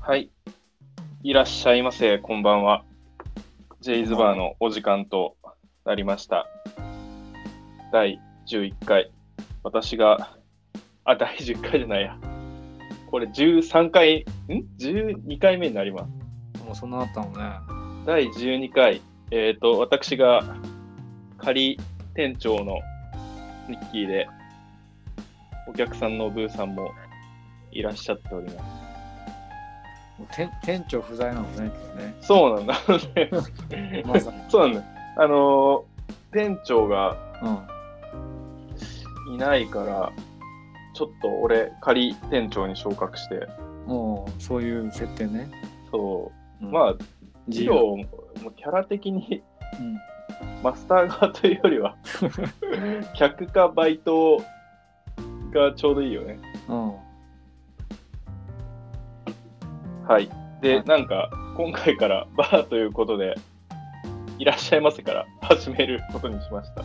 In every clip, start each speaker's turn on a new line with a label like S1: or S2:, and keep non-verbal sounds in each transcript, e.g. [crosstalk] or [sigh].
S1: はい。いらっしゃいませ、こんばんは。ジェイズバーのお時間となりました。第11回。私が、あ、第10回じゃないや。これ13回、ん ?12 回目になります。
S2: もうそんなだったのね。
S1: 第12回。えっ、と、私が仮店長のニッキーで、お客さんのブーさんもいらっしゃっております。
S2: もう店店長不在なのね。
S1: そうなんだ。
S2: ねまさに。
S1: そうなんだ。あのー店長が
S2: うん。
S1: いないから、ちょっと俺、仮店長に昇格して、
S2: もうそういう設定ね。
S1: そうう、
S2: ん
S1: まあ、
S2: 自
S1: 授業
S2: 由
S1: ももうキャラ的に
S2: うん。
S1: マスター側というより
S2: [laughs]
S1: は、客かバイトがちょうどいいよね。
S2: うん。
S1: はい。で、
S2: はい
S1: なんか、今回からバーということで、いらっしゃいませから始めることにしました。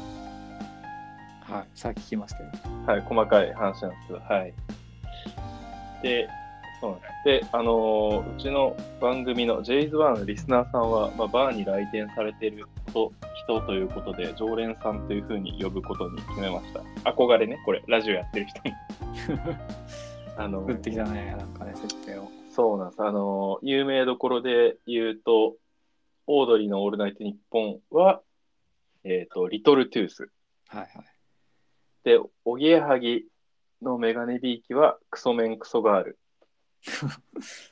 S2: はい。さっき聞き
S1: [laughs]
S2: ましたよ。
S1: はい、細かい話なんですけど、はい。で、そうなんです。で、あのーうちの番組の j イズバーのリスナーさんは、まあ、バーに来店されてること人ということで、常連さんというふうに呼ぶことに決めました。憧れね、これ、ラジオやってる人に。 [laughs] あの
S2: 打ってきたね、なんかね、設定を。
S1: そうなんです。あのー有名どころで言うと、オードリーのオールナイトニッポンは、えっ、と、リトルトゥース。
S2: はいはい。
S1: で、おぎやはぎのメガネビーキはクソメンクソガール。
S2: す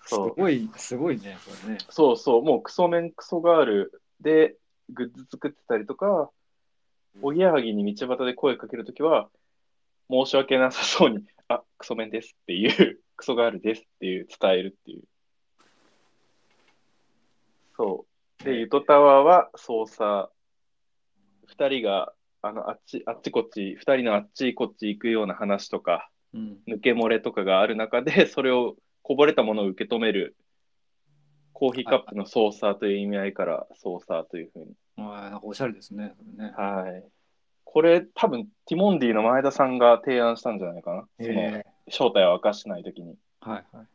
S1: そう
S2: ごい、すごいね、これね。
S1: そうそう、もうクソメンクソガールでグッズ作ってたりとか、おぎやはぎに道端で声かけるときは、申し訳なさそうに、 [laughs] あ、クソメンですっていう、 [laughs] クソガールですっていう伝えるっていう。そう。で、ゆとたわは操作、二人があのあっち、あっちこっち、二人のあっちこっち行くような話とか、
S2: うん。
S1: 抜け漏れとかがある中で [laughs] それをこぼれたものを受け止めるコーヒーカップのソーサーという意味合いからソーサーというふうに
S2: まあ、なんかおしゃれですね。それね
S1: はいこれ多分ティモンディの前田さんが提案したんじゃないかな、その
S2: え
S1: 正体を明かしてない時に
S2: ーはいはい。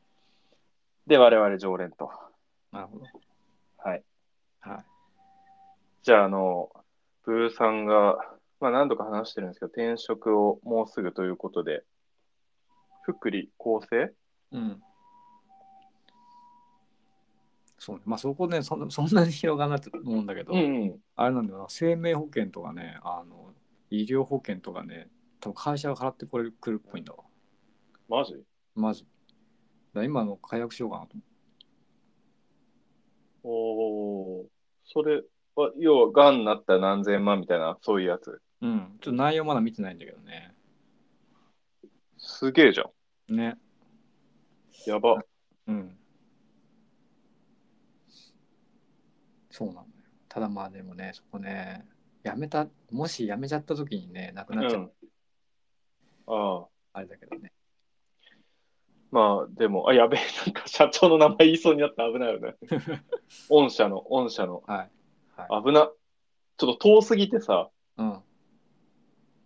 S1: で我々常連と
S2: なるほど。
S1: はい
S2: はい。
S1: じゃああのブーさんが、まあ、何度か話してるんですけど転職をもうすぐということで福利厚生
S2: うん。そうね。まあそこね、そんなそんなに広がらないと思うんだけど、
S1: ん
S2: あれなんだよな、生命保険とかね、あの医療保険とかね、多分会社が払ってこれくるっぽいんだわ。
S1: マジ
S2: マジ。だから今の解約しようかなと思
S1: おお、それは、要は、がんになったら何千万みたいな、そういうやつ。
S2: う。うん。ちょっと内容まだ見てないんだけどね。
S1: すげえじゃん。
S2: ね。
S1: やば。
S2: うん。そうなんだよ。ただまあでもね、そこね、やめた、もしやめちゃった時にね、なく
S1: う
S2: なっちゃう、
S1: ん。ああ。
S2: あれだけどね。
S1: まあ、でも、あ、やべえ、 [laughs] なんか社長の名前言いそうになった危ない
S2: [laughs]
S1: よね。御社の、御社の。
S2: はい。はい。
S1: 危な。ちょっと遠すぎてさ、
S2: うん。はい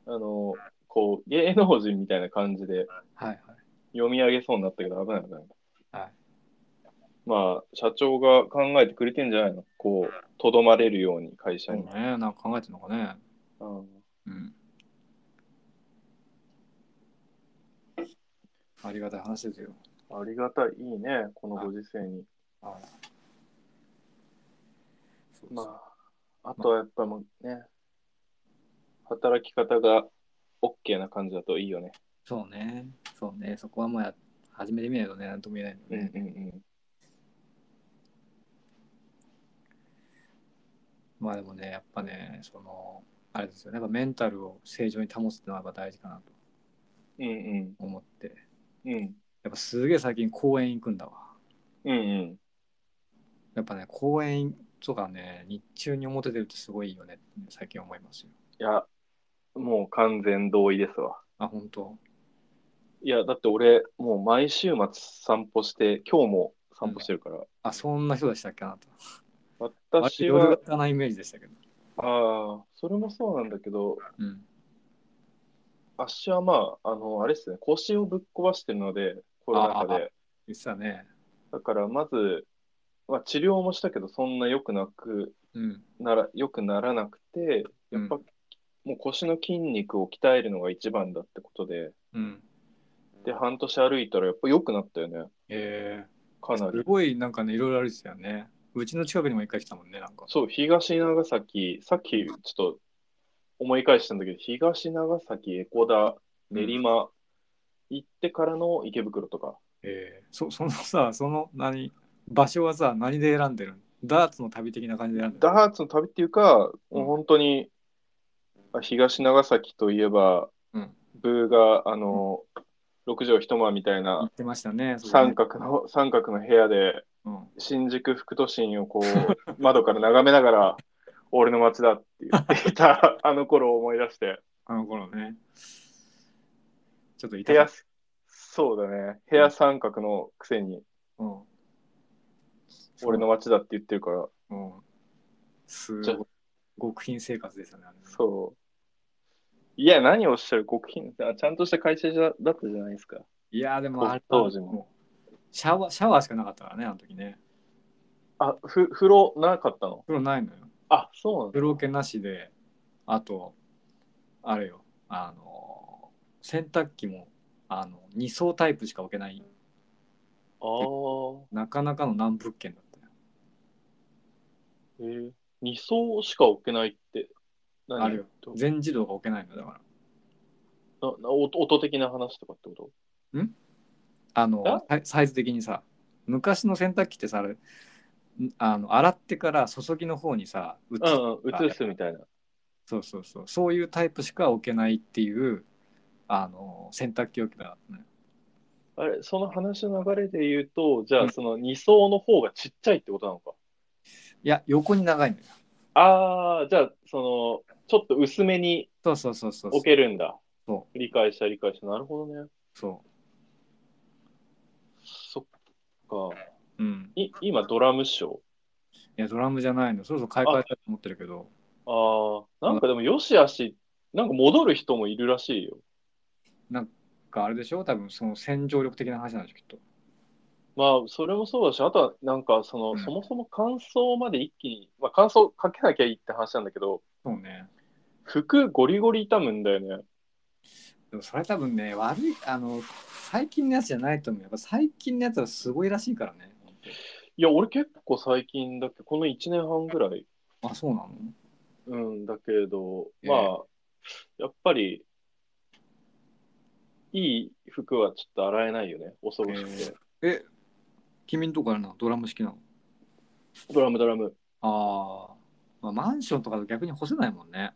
S1: あの、こう、芸能人みたいな感じで
S2: はい。
S1: 読み上げそうになったけど、危ないよね。
S2: はい。
S1: まあ、社長が考えてくれてんじゃないのこう、とどまれるように、会社
S2: そう
S1: に。
S2: ね、なんか考えてるのかね。
S1: うん
S2: うん。ありがたい話ですよ。
S1: ありがたい、いいね、このご時世に。
S2: はい。そうそう
S1: まあ、あとはやっぱもうね、働き方が OK な感じだといいよね。
S2: そうね。そうね。そこはまあ、始めてみないとね、なんとも言えないんだよね。
S1: ん
S2: まあでもね、やっぱね、その、あれですよね。やっぱメンタルを正常に保つってのはやっぱ大事かなと
S1: うん。うん
S2: 思って。
S1: うん。うん
S2: やっぱすげえ最近公園行くんだわ。
S1: うんうん。
S2: やっぱね、公園とかね、日中に表出るとすごいいいよねってね最近思いますよ。
S1: いや、もう完全同意ですわ。
S2: あ、本当
S1: いや、だって俺、もう毎週末散歩して、今日も散歩してるから。
S2: あ、そんな人でしたっけあなた。
S1: 私
S2: 割と
S1: は
S2: 夜、型なイメージでしたけど。
S1: ああ、それもそうなんだけど、
S2: うん。
S1: 足はまあ、あの、あれですね、腰をぶっ壊してるので、コロナ禍で。
S2: 実はね。
S1: だからまず、まあ、治療もしたけど、そんな良くなく
S2: うん。
S1: なら、良くならなくて、やっぱ、もう腰の筋肉を鍛えるのが一番だってことで、
S2: うん。
S1: で、半年歩いたらやっぱ良くなったよね。
S2: え
S1: かな
S2: ー、す
S1: り。
S2: ごいなんかね、いろいろあるですよね。うちの近くにも一回来たもんね、なんか。
S1: そう、東長崎、さっきちょっと思い返したんだけど、東長崎、江古田、練馬、行ってからの池袋とか。
S2: えー、そそのさ、その何、場所はさ、何で選んでるのダーツの旅的な感じで選んでる
S1: ダ
S2: の
S1: ーツの旅っていうか、もう本当に、あ東長崎といえば、
S2: うん
S1: ブーが、あの、六畳一間みたい
S2: 行
S1: な
S2: ってましたね。そこ
S1: 三
S2: ね
S1: 角の、三角の部屋で、
S2: うん、
S1: 新宿副都心をこ
S2: [laughs]
S1: う、窓から眺めながら、俺の街だって言ってい
S2: [laughs]
S1: たあの頃を思い出して。
S2: あの頃ね。ちょっとい
S1: 部
S2: た
S1: 屋、そうだね。部屋三角のくせに、
S2: うん、
S1: 俺の街だって言ってるから、
S2: うん。す
S1: じゃ
S2: ごい。極貧生活ですよね。あれね
S1: そう。いや、何をおっしゃる、極貧あちゃんとした会社じゃだったじゃないですか。
S2: いやー、でもあれ
S1: 当時も
S2: うシャワー、シャワーしかなかったからね、あの時ね。
S1: あ、ふ風呂なかったの
S2: 風呂ないのよ。
S1: あ、そうなんだ。
S2: 風呂桶なしで、あと、あれよ、あのー、洗濯機も、あの、二層タイプしか置けない、
S1: ああ、
S2: なかなかの難物件だったよ。
S1: えー、2層しか置けないって何。
S2: あるよ
S1: ど
S2: 全自動が置けないのだから。
S1: なな音音的な話とかってこ
S2: あの
S1: あ
S2: サイサイズ的にさ昔の洗濯機ってさあれんあの洗ってから注ぎの方にさ移
S1: とうんうん、映すみたいな。
S2: そうそうそうそういうタイプしか置けないっていうあの洗濯機置き場だったね
S1: あれ、その話の流れで言うと、じゃ
S2: う
S1: あ
S2: ん
S1: その2層の方がちっちゃいってことなのか。
S2: いや横に長いのよ
S1: ああ、じゃあ、その、ちょっと薄めに
S2: そうそうそうそう
S1: 置けるんだ。
S2: そ
S1: 理解した、理解した。なるほどね。
S2: そ
S1: そっか。
S2: ううん
S1: い今、ドラムショ
S2: いやドラムじゃないのそろそろ買い替えたいと思ってるけど
S1: ー。ああ、なんかでも、よしあし、なんか戻る人もいるらしいよ。
S2: があれでしょ多分その洗浄力的な話なんでしょきっと
S1: まあ、それもそうだし、あとは、なんか、その、
S2: うん
S1: そもそも乾燥まで一気に、まあ、乾燥かけなきゃいいって話なんだけど、
S2: そうね
S1: 服ゴリゴリ傷むんだよね。
S2: でもそれ多分ね悪いあの最近のやつじゃないと思うやっぱ最近のやつはすごいらしいからね本当
S1: いや、俺結構最近だっけ、この1年半ぐらい、
S2: あ、そうなの
S1: うん、だけれど、
S2: ええ
S1: まあ、やっぱり、いい服はちょっと洗えないよね、恐ろしくて。
S2: え、君んとこあれなのドラム式なの
S1: ドラム、ドラム。
S2: ああ、まあ、マンションとかだと逆に干せないもんね。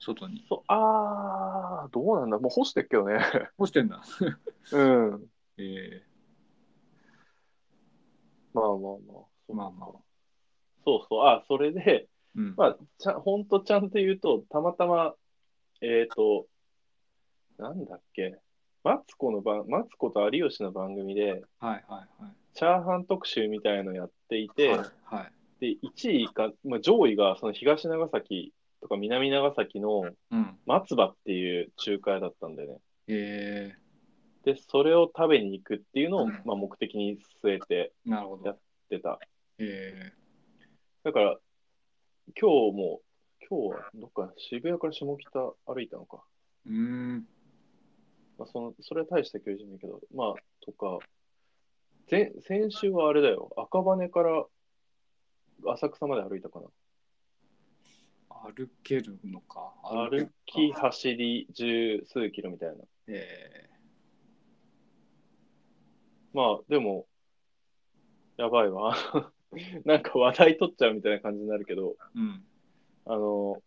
S2: 外に。
S1: そう、あー、どうなんだ、もう干してっけどね。 [laughs]
S2: 干してんだ。
S1: うん。
S2: え
S1: まあまあまあ。
S2: えまあまあ。
S1: そうそう、あ、それで、
S2: うん。
S1: まあ、ちゃほんとちゃんと言うと、たまたま、えっ、ー、と、なんだっけ、マツコの番、マツコと有吉の番組で、
S2: はいはいはい。
S1: チャーハン特集みたいのやっていて、
S2: はいはい。
S1: で1位か、まあ、上位がその東長崎とか南長崎の
S2: うん。
S1: 松葉っていう中華屋だったんだよね。
S2: え
S1: で、それを食べに行くっていうのを、
S2: うん
S1: まあ、目的に据えて
S2: えなるほ
S1: やっ
S2: ど。
S1: 出た。
S2: え
S1: だから、今日も、今日はどっか渋谷から下北歩いたのか。
S2: えうーん。
S1: まあ、そのそれは大した距離じゃないけど、まあ、とか、前先週はあれだよ、赤羽から浅草まで歩いたかな。
S2: 歩けるのか。
S1: 歩き、
S2: か
S1: 走り、十数キロみたいな。
S2: ええ
S1: まあ、でも、やばいわ。 [laughs] なんか話題取っちゃうみたいな感じになるけど、
S2: うん。
S1: あの、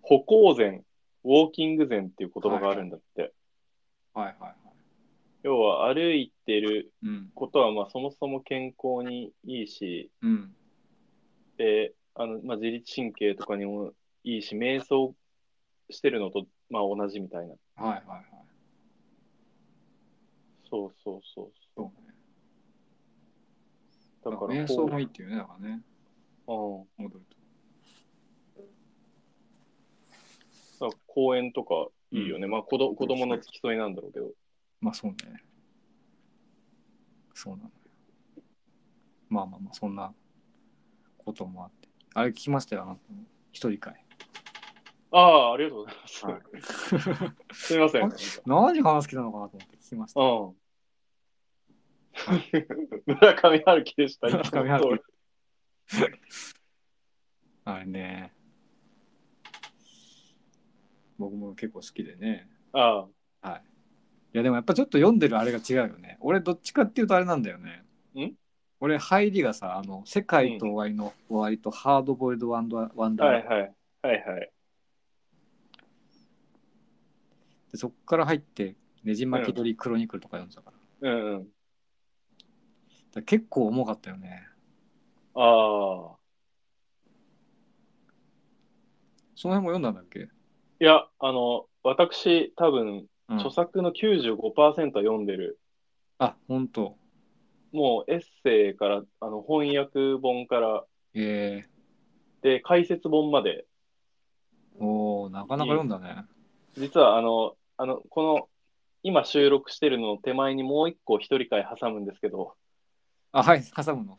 S1: 歩行前、ウォーキング前っていう言葉があるんだって。
S2: はいはいはい。
S1: 要は、歩いてる
S2: うん。
S1: ことは、まあ、そもそも健康にいいし、
S2: うん。
S1: で、あの、まあ、自律神経とかにもいいし、瞑想してるのと、まあ、同じみたいな。
S2: はいはいはい。
S1: そうそうそう
S2: そうね。
S1: そう。だから、
S2: 瞑
S1: こ
S2: 想
S1: う
S2: もいいっていうね、だからね。
S1: うん。
S2: 戻ると。
S1: なんか公園とかいいよね。まあ子ど、子供の付き添いなんだろうけど。
S2: まあそうね。そうなのよ。まあまあまあ、そんなこともあって。あれ聞きましたよ、あの、一人会。
S1: ああ、ありがとうございます。
S2: はい
S1: [laughs] すみません。
S2: あ何話してたのかなと思って聞き
S1: [laughs]
S2: ました。
S1: うん。村上春樹でした。
S2: 村上春
S1: 樹。
S2: [laughs] あれね。僕も結構好きでね。
S1: ああ。
S2: いやでもやっぱちょっと読んでるあれが違うよね。俺どっちかっていうとあれなんだよね。
S1: ん
S2: 俺入りがさ、あの、世界と終わりの終わりとハードボイルドワンダワンダーランド
S1: はいはい。はいはい。
S2: でそっから入って、ねじ巻き鳥クロニクルとか読んでたから。だか
S1: うんうん。
S2: ら結構重かったよね。
S1: ああ。
S2: その辺も読んだんだっけ、
S1: いや、あの、私、多分、
S2: うん
S1: 著作の95%は読んでる。
S2: あ、ほんと。
S1: もうエッセイから、あの翻訳本から、
S2: え
S1: で、解説本まで。
S2: ー、おーなかなか読んだね。
S1: 実は、あの、あの、この、今収録してるのの手前にもう一個一人会挟むんですけど、 [laughs]
S2: あ、はい、挟むの。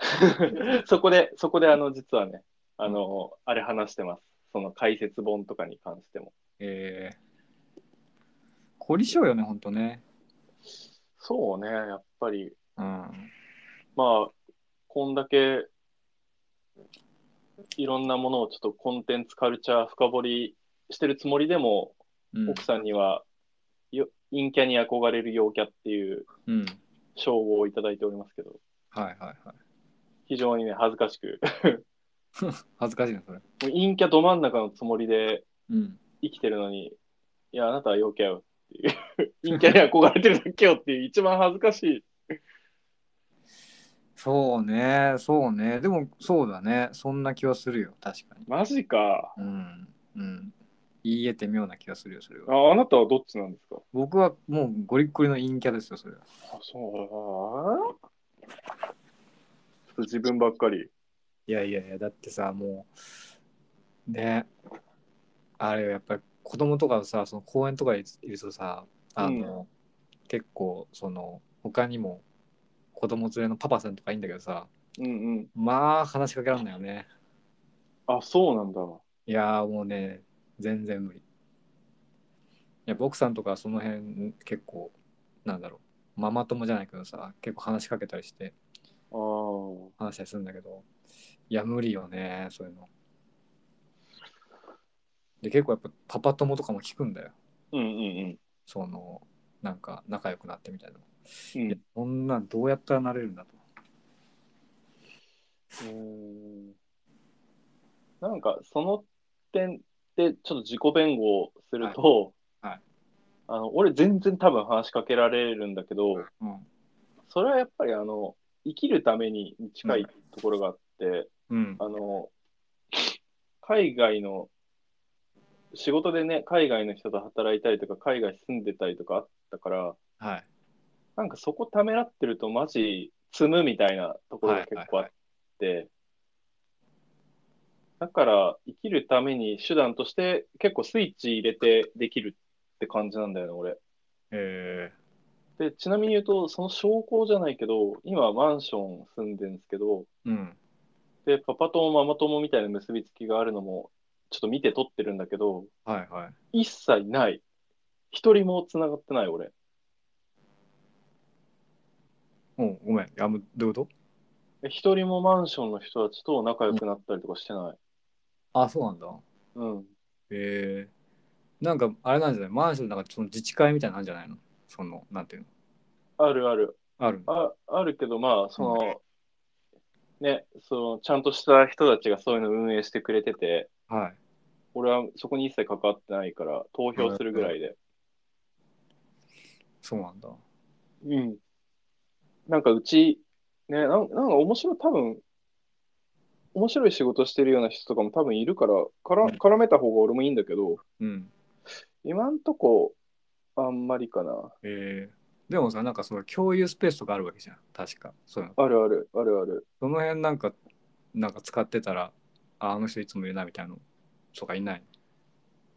S1: そこで、そこで、あの、実はね、あの、あれ話してます。その解説本とかに関しても。
S2: えー凝り性よね、ほんとね。
S1: そうね、やっぱり、
S2: うん。
S1: まあ、こんだけ、いろんなものをちょっとコンテンツ、カルチャー深掘りしてるつもりでも、
S2: うん
S1: 奥さんには、よ陰キャに憧れる陽キャっていう
S2: うん。
S1: 称号をいただいておりますけど、
S2: はいはいはい。
S1: 非常にね、恥ずかしく、 [laughs]
S2: 恥ずかしいな、それ。
S1: もう陰キャど真ん中のつもりで
S2: うん。
S1: 生きてるのに、いや、あなたは陽キャよっていう、 [laughs] 陰キャに憧れてるだけよっていう、一番恥ずかしい。
S2: そうね、そうね。でも、そうだね。そんな気はするよ、確かに。
S1: マジか。
S2: うん。うん。言い得て妙な気がするよ、それは。
S1: ああなたはどっちなんですか
S2: 僕はもうゴリッゴリの陰キャですよ、それは。
S1: あ、そうあちょっと自分ばっかり。
S2: いやいやいや、だってさ、もう、ね、あれよ、やっぱり子供とかさ、その公園とかにいるとさ、あの、結構、その、他にも子供連れのパパさんとかいいんだけどさ、
S1: うんうん。
S2: まあ、話しかけらんないよね。
S1: あ、そうなんだ。
S2: いやーもうね、全然無理。いや、僕さんとかその辺、結構、なんだろう、ママ友じゃないけどさ、結構話しかけたりして、
S1: あー
S2: 話したりするんだけどいや無理よねそういうので結構やっぱパパ友とかも聞くんだよ
S1: うんうん
S2: そのなんか仲良くなってみたいな、
S1: う
S2: いや
S1: ん。
S2: そんなんどうやったらなれるんだと
S1: うん、なんか、その点で、ちょっと自己弁護をすると、
S2: はいはい
S1: あの俺、全然多分話しかけられるんだけど、
S2: うん
S1: それはやっぱりあの生きるために近いところがあって、
S2: うん
S1: あの、海外の、仕事でね、海外の人と働いたりとか、海外住んでたりとかあったから、
S2: はい
S1: なんかそこためらってるとマジ積むみたいなところが結構あって、だから生きるために手段として結構スイッチ入れてできるって感じなんだよね、俺。
S2: え
S1: で、ちなみに言うと、その証拠じゃないけど、今マンション住んでるんですけど、
S2: ー、うん
S1: で、パパ友、ママ友みたいな結びつきがあるのも、ちょっと見て取ってるんだけど、
S2: はいはい
S1: 一切ない。一人も繋がってない、俺。
S2: うんごめんいやもうどういうこと
S1: え一人もマンションの人たちと仲良くなったりとかしてない。
S2: あそうなんだ
S1: うん。
S2: えー、なんかあれなんじゃないマンションの中でその自治会みたいなのあるんじゃないのそのなんていうの
S1: あるある。
S2: あるの
S1: ああるけど、まあ、その、ね、その、ちゃんとした人たちがそういうの運営してくれてて、
S2: はい
S1: 俺はそこに一切関わってないから、投票するぐらいで。
S2: そうなんだ
S1: うん。なんかうち、ね、なんなんか面白い、多分、面白い仕事してるような人とかも多分いるから、から
S2: うん
S1: 絡めた方が俺もいいんだけど、
S2: うん
S1: 今んとこ、あんまりかな。
S2: えー、でもさなんかその共有スペースとかあるわけじゃん確かそういうの
S1: あるある、あるある。
S2: その辺なんかなんか使ってたらああの人いつもいるなみたいなのとかいない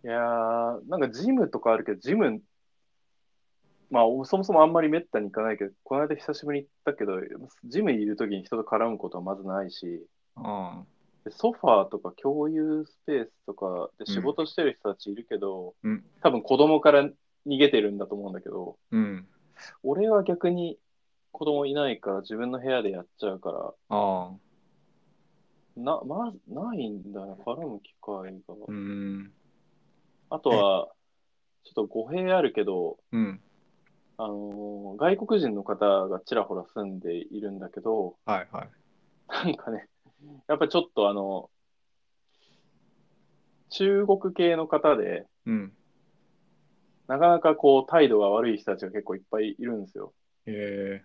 S1: いやー、なんかジムとかあるけど、ジムまあ、そもそもあんまりめったに行かないけど、この間久しぶりに行ったけど、ジムにいるときに人と絡むことはまずないし、
S2: うん。
S1: でソファーとか共有スペースとかで仕事してる人たちいるけど、
S2: うん
S1: 多分子供から逃げてるんだと思うんだけど、
S2: うん。
S1: 俺は逆に子供いないから自分の部屋でやっちゃうから、
S2: ああ。
S1: な、ま、ないんだよ、絡む機会が。
S2: うん。
S1: あとは、ちょっと語弊あるけど、
S2: うん。
S1: あのー外国人の方がちらほら住んでいるんだけど、 [laughs]
S2: はいはい。
S1: なんかね、やっぱちょっとあの、中国系の方で、
S2: うん。
S1: なかなかこう態度が悪い人たちが結構いっぱいいるんですよ。
S2: え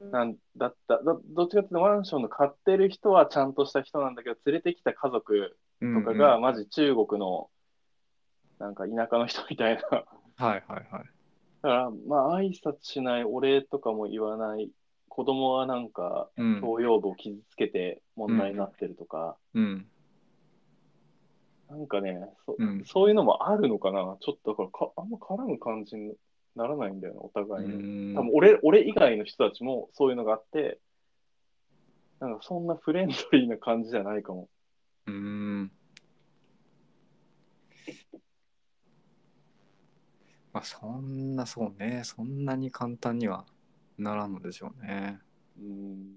S1: なんだっただどっちかっていうとマンションの買ってる人はちゃんとした人なんだけど連れてきた家族
S2: えー。
S1: とかが、マジ中国のなんか田舎の人みたいな [laughs]
S2: うんうん。はいはいはい。
S1: だから、まあ、挨拶しない、お礼とかも言わない、子供はなんか、
S2: うん。
S1: 東洋部を傷つけて問題になってるとか、
S2: うん。
S1: なんかねそ、
S2: うん
S1: そういうのもあるのかな、ちょっとだからか、あんま絡む感じにならないんだよな、お
S2: う
S1: 互いに。
S2: ん
S1: 多分俺俺以外の人たちもそういうのがあって、なんかそんなフレンドリーな感じじゃないかも。
S2: うん。まあそんなそうねそんなに簡単にはならんのでしょうね。
S1: うん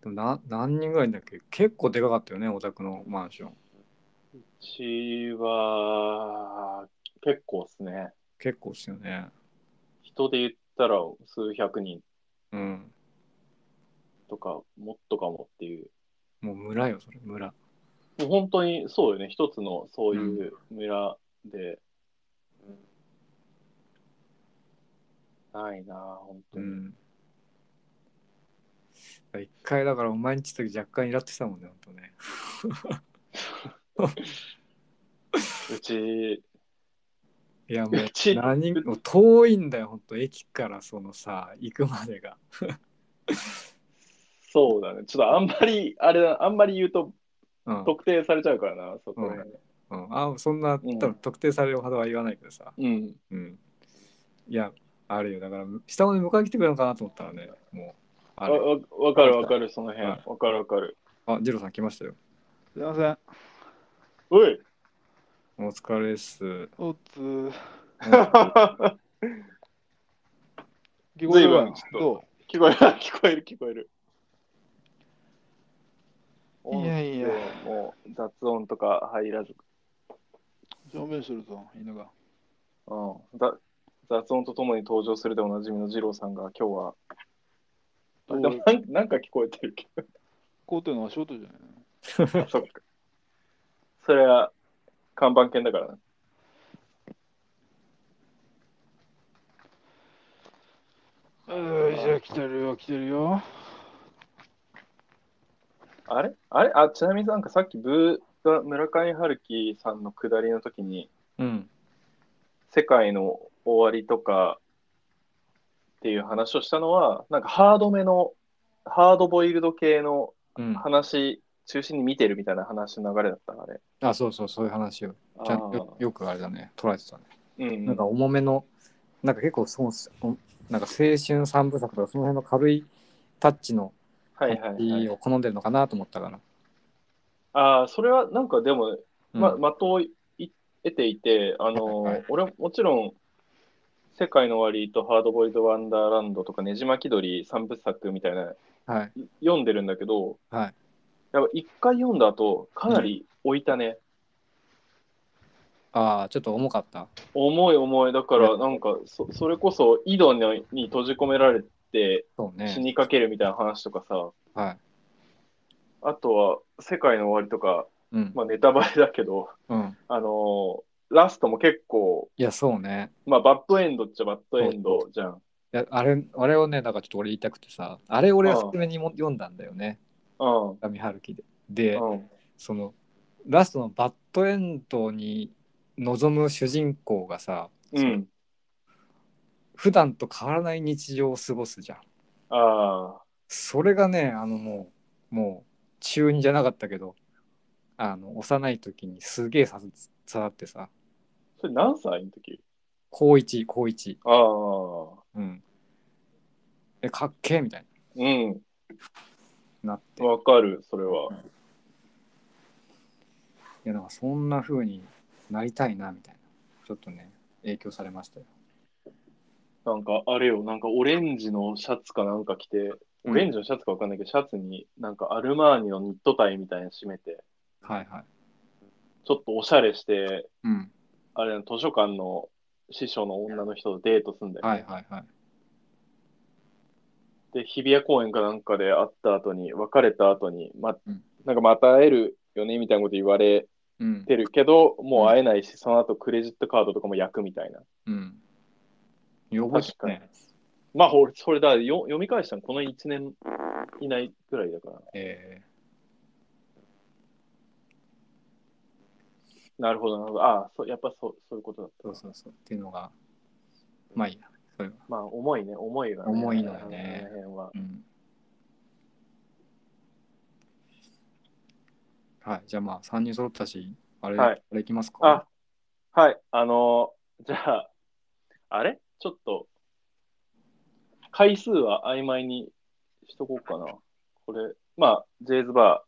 S2: でもな何人ぐらいいんだっけ結構でかかったよねお宅のマンション。
S1: うちは結構ですね。
S2: 結構ですよね。
S1: 人で言ったら数百人
S2: うん。
S1: とか、もっとかもっていう。
S2: もう村よそれ村。
S1: もう本当にそうよね、一つのそういう村で。ないなあ、本当
S2: う
S1: に。
S2: ん。一回だからお前んち行った時若干イラってたもんねほんとね。
S1: うち、
S2: いやも
S1: うち
S2: う何もう遠いんだよほんと駅からそのさ行くまでが。
S1: そうだね。ちょっとあんまり、あれだ、あんまり言うと
S2: うん。
S1: 特定されちゃうからな、そこら辺
S2: うん、あそんな多
S1: うん
S2: 分特定されるほどは言わないけどさ、
S1: うん。
S2: うん、いやあるよだから下まで迎えに来てくれるのかなと思ったらねもうあ
S1: わ
S2: れ
S1: わわかるわかる、その辺。
S2: は
S1: わかるわかる。
S2: あジローさん来ましたよ
S3: すいません。
S1: おい
S2: お疲れっす
S3: おつ。聞
S1: こえるわ
S3: ど
S1: [laughs] 聞こえる、聞こえる、聞こえる。
S3: いやいや
S1: 音声もう雑音とか入らず、
S3: う証明するぞ、犬が。
S1: うん、だ雑音とともに登場するでおなじみの二郎さんが今日はあでもなんなんか聞こえてるけ
S3: こうっていうのは仕事じゃないの
S1: ど
S2: [laughs]
S1: そっかそれは看板犬だからな
S3: よいしょ、来てるよ、来てるよ。
S1: あれあれあちなみになんかさっきブーが村上春樹さんの下りの時に
S2: うん
S1: 世界の終わりとかっていう話をしたのはなんかハードめのハードボイルド系の
S2: うん
S1: 話中心に見てるみたいな話の流れだったあれ
S2: あそうそうそういう話をちゃんよよくあれだね捉えてたね、
S1: うんうん
S2: なんか重めのなんか結構そうおなんか青春三部作とかその辺の軽いタッチの
S1: はいはいはい
S2: いを好んでるのかなと思ったから、
S1: ああ、それはなんかでも、
S2: うん
S1: ま、的をい得ていて、あの
S2: はいは
S1: ー
S2: い、
S1: 俺はもちろん、世界の終わりとハードボイルド・ワンダーランドとかねじ巻き鳥三部作みたいな、
S2: はい
S1: い読んでるんだけど、
S2: はい
S1: やっぱ一回読んだ後、かなり置いたね。
S2: ああちょっと重かった
S1: 重い重い。だから、なんかそ、それこそ、井戸にに閉じ込められて
S2: そう
S1: 死
S2: ね
S1: にかけるみたいな話とかさ、
S2: はい
S1: あとは、世界の終わりとか、
S2: うん、
S1: まあ、ネタバレだけど、
S2: うん、
S1: あのーラストも結構、
S2: いやそうね
S1: まあ、バッドエンドっちゃバッドエンドじゃん。
S2: いやあれあれをね、だからちょっと俺言いたくてさ、あれ俺は初めにも読んだんだよね、
S1: うん。
S2: 上春樹で。で、
S1: うん。
S2: そのラストのバッドエンドに臨む主人公がさ、
S1: うん。
S2: 普段と変わらない日常を過ごすじゃん。
S1: ああ。
S2: それがね、あのもう、もう中二じゃなかったけど、あの幼い時にすげえ刺さ刺さってさ、
S1: それ何歳の時
S2: 高1、高1。
S1: ああ、
S2: うん。え、かっけえみたい
S1: うん、
S2: になって。い
S1: わかる、それは。
S2: や、なんかそんな風になりたいな、みたいな。ちょっとね、影響されましたよ。
S1: なんか、あれよ、なんかオレンジのシャツかなんか着て、オレンジのシャツかわかんないけど、シャツになんかアルマーニのニットタイみたいに締めて、
S2: はいはい。
S1: ちょっとおしゃれして、
S2: うん。
S1: あれ、図書館の師匠の女の人とデートすんだよ、ね
S2: はいはいはい。
S1: で、日比谷公園かなんかで会った後に、別れた後に、ま
S2: うん、
S1: なんかまた会えるよねみたいなこと言われ
S2: うん。
S1: てるけど、もう会えないし、その後クレジットカードとかも焼くみたいな。
S2: うん。よぼし
S1: 確かに
S2: ね。
S1: まあ、ほそれだ、よ読み返したのこの1年以内ぐらいだから。
S2: え
S1: なるほど、なるほど。ああ、そうやっぱそうそういうことだっ
S2: ー、そうそうそう。っていうのが、まあいいや。それは。
S1: た。まあ、重いね、重いが、
S2: 重いのよね
S1: あの辺は。
S2: うん。はい。じゃあまあ、3人揃ったし、あれ、
S1: はい
S2: あれいきますか。
S1: あ、はい、あのーじゃあ、あれちょっと、回数は曖昧にしとこうかな。これ、まあ、ジェイズバ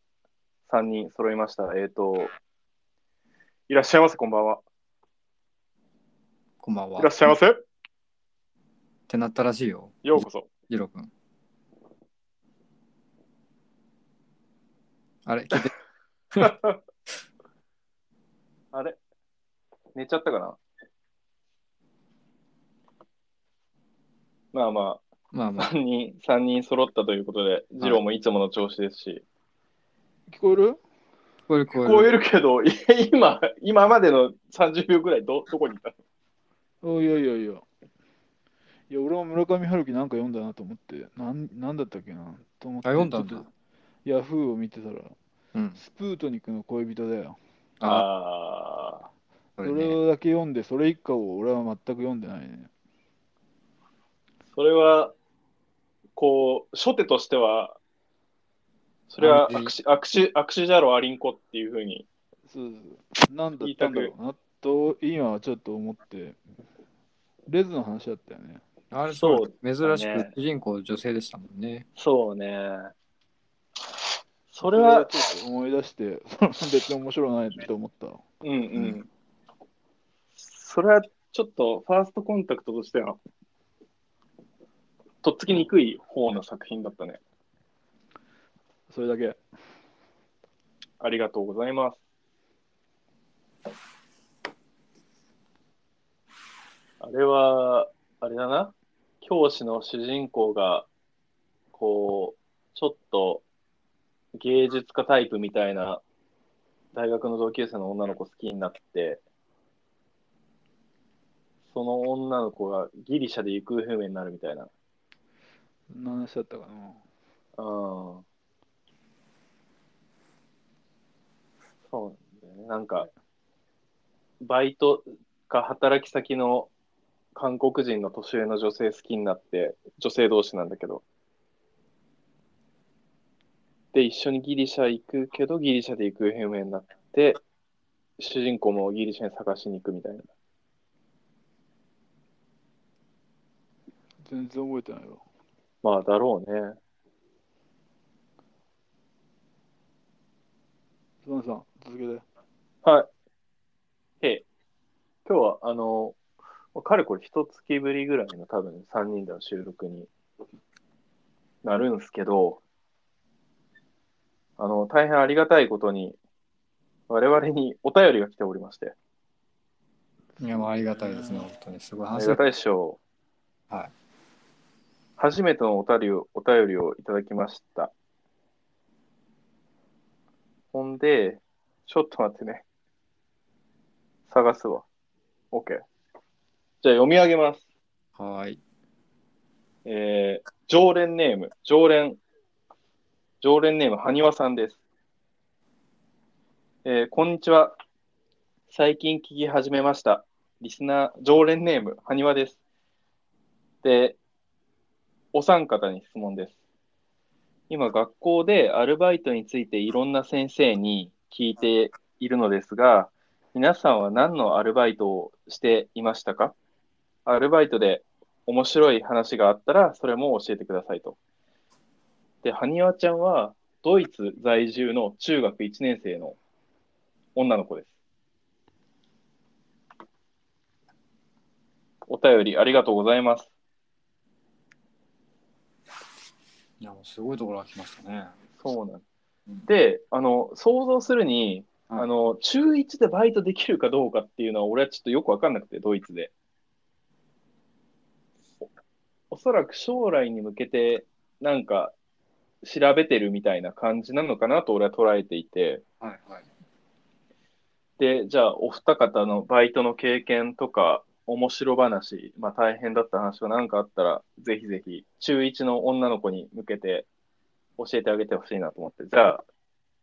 S1: ー3人揃いました。えっ、と、いらっしゃいませ、こんばんは。
S2: こんばんは。
S1: いらっしゃいま
S2: っ
S1: せ。
S2: てなったらしいよ。
S1: ようこそ。
S2: ジロ君。あれ、聞いて
S1: あれ寝ちゃったかなまあま
S2: まあ
S1: あ、
S2: まあ、
S1: 3人、三人揃ったということで、二郎もいつもの調子ですし、
S3: 聞こえる
S2: 聞こえる聞こえる。
S1: 聞こえるけど、いや今、今までの30秒ぐらいど、どこにいた
S3: おいやいやいや。いや、俺は村上春樹なんか読んだなと思って、なんなんだったっけなと思って。
S2: あ、読んだん
S3: ちょ
S2: だ
S3: っ。とヤフーを見てたら、
S2: うん。
S3: スプートニクの恋人だよ。
S2: あ、
S1: ああ
S2: そ
S3: そ
S2: れ
S3: れ
S2: ね。
S3: だけ読んで、それ以下を俺は全く読んでないね。
S1: ー、それは、こう、初手としては、それは
S2: あんまり
S1: 握手、握手、握手じゃろアリンコっていうふうに、
S3: そうそうなんだったんだろうなと、今はちょっと思って、レズの話だったよね。
S2: あれ、そ
S1: そう
S2: う。珍し
S1: だね
S2: く主人公女性でしたもんね。
S1: そうね。そ
S3: そ
S1: れは、
S3: ちょっと思い出して、 [laughs] 別に面白ないって思った。
S1: うんうん。それはちょっとファーストコンタクトとしては、とっつきにくい方の作品だったね。
S3: それだけ。
S1: ありがとうございます。あれは、あれだな。教師の主人公が、こう、ちょっと芸術家タイプみたいな大学の同級生の女の子好きになって、その女の子がギリシャで行方不明になるみたいな。
S3: 何話だったかな。
S1: うん。そうなんだよね。なんか、バイトか働き先の韓国人の年上の女性好きになって、女性同士なんだけど。で、一緒にギリシャ行くけど、ギリシャで行方不明になって、主人公もギリシャに探しに行くみたいな。
S3: 全然覚えてないわ。
S1: まあ、だろうね。
S3: スバンさん、続けて。
S1: はい。ええ、今日は、あの、かれこれ一月ぶりぐらいの多分3人での収録になるんですけど、あの、大変ありがたいことに、我々にお便りが来ておりまして、
S2: いや、もうありがたいですね、本当に。すごい
S1: あ
S2: 話
S1: り
S2: だ
S1: がたいっしょう。
S2: はい。
S1: 初めてのお便りをお便りをいただきました。ほんで、ちょっと待ってね。探すわ。OK。じゃあ読み上げます。
S2: はーい。
S1: えー常連ネーム、常連、常連ネーム、はにわさんです。えーこんにちは。最近聞き始めました。リスナー、常連ネーム、はにわです。で、お三方に質問です。今、学校でアルバイトについていろんな先生に聞いているのですが、皆さんは何のアルバイトをしていましたかアルバイトで面白い話があったら、それも教えてくださいと。で、ハニワちゃんは、ドイツ在住の中学1年生の女の子です。お便りありがとうございます。
S2: いや、もうすごいところが来ましたね。
S1: そうなんで、あの、想像するに、
S2: はい
S1: あの、中1でバイトできるかどうかっていうのは、俺はちょっとよくわかんなくて、ドイツで。おおそらく将来に向けて、なんか、調べてるみたいな感じなのかなと俺は捉えていて、
S2: はいはい。
S1: で、じゃあ、お二方のバイトの経験とか、面白話、まあ大変だった話が何かあったら、ぜひぜひ、中1の女の子に向けて教えてあげてほしいなと思って。じゃあ、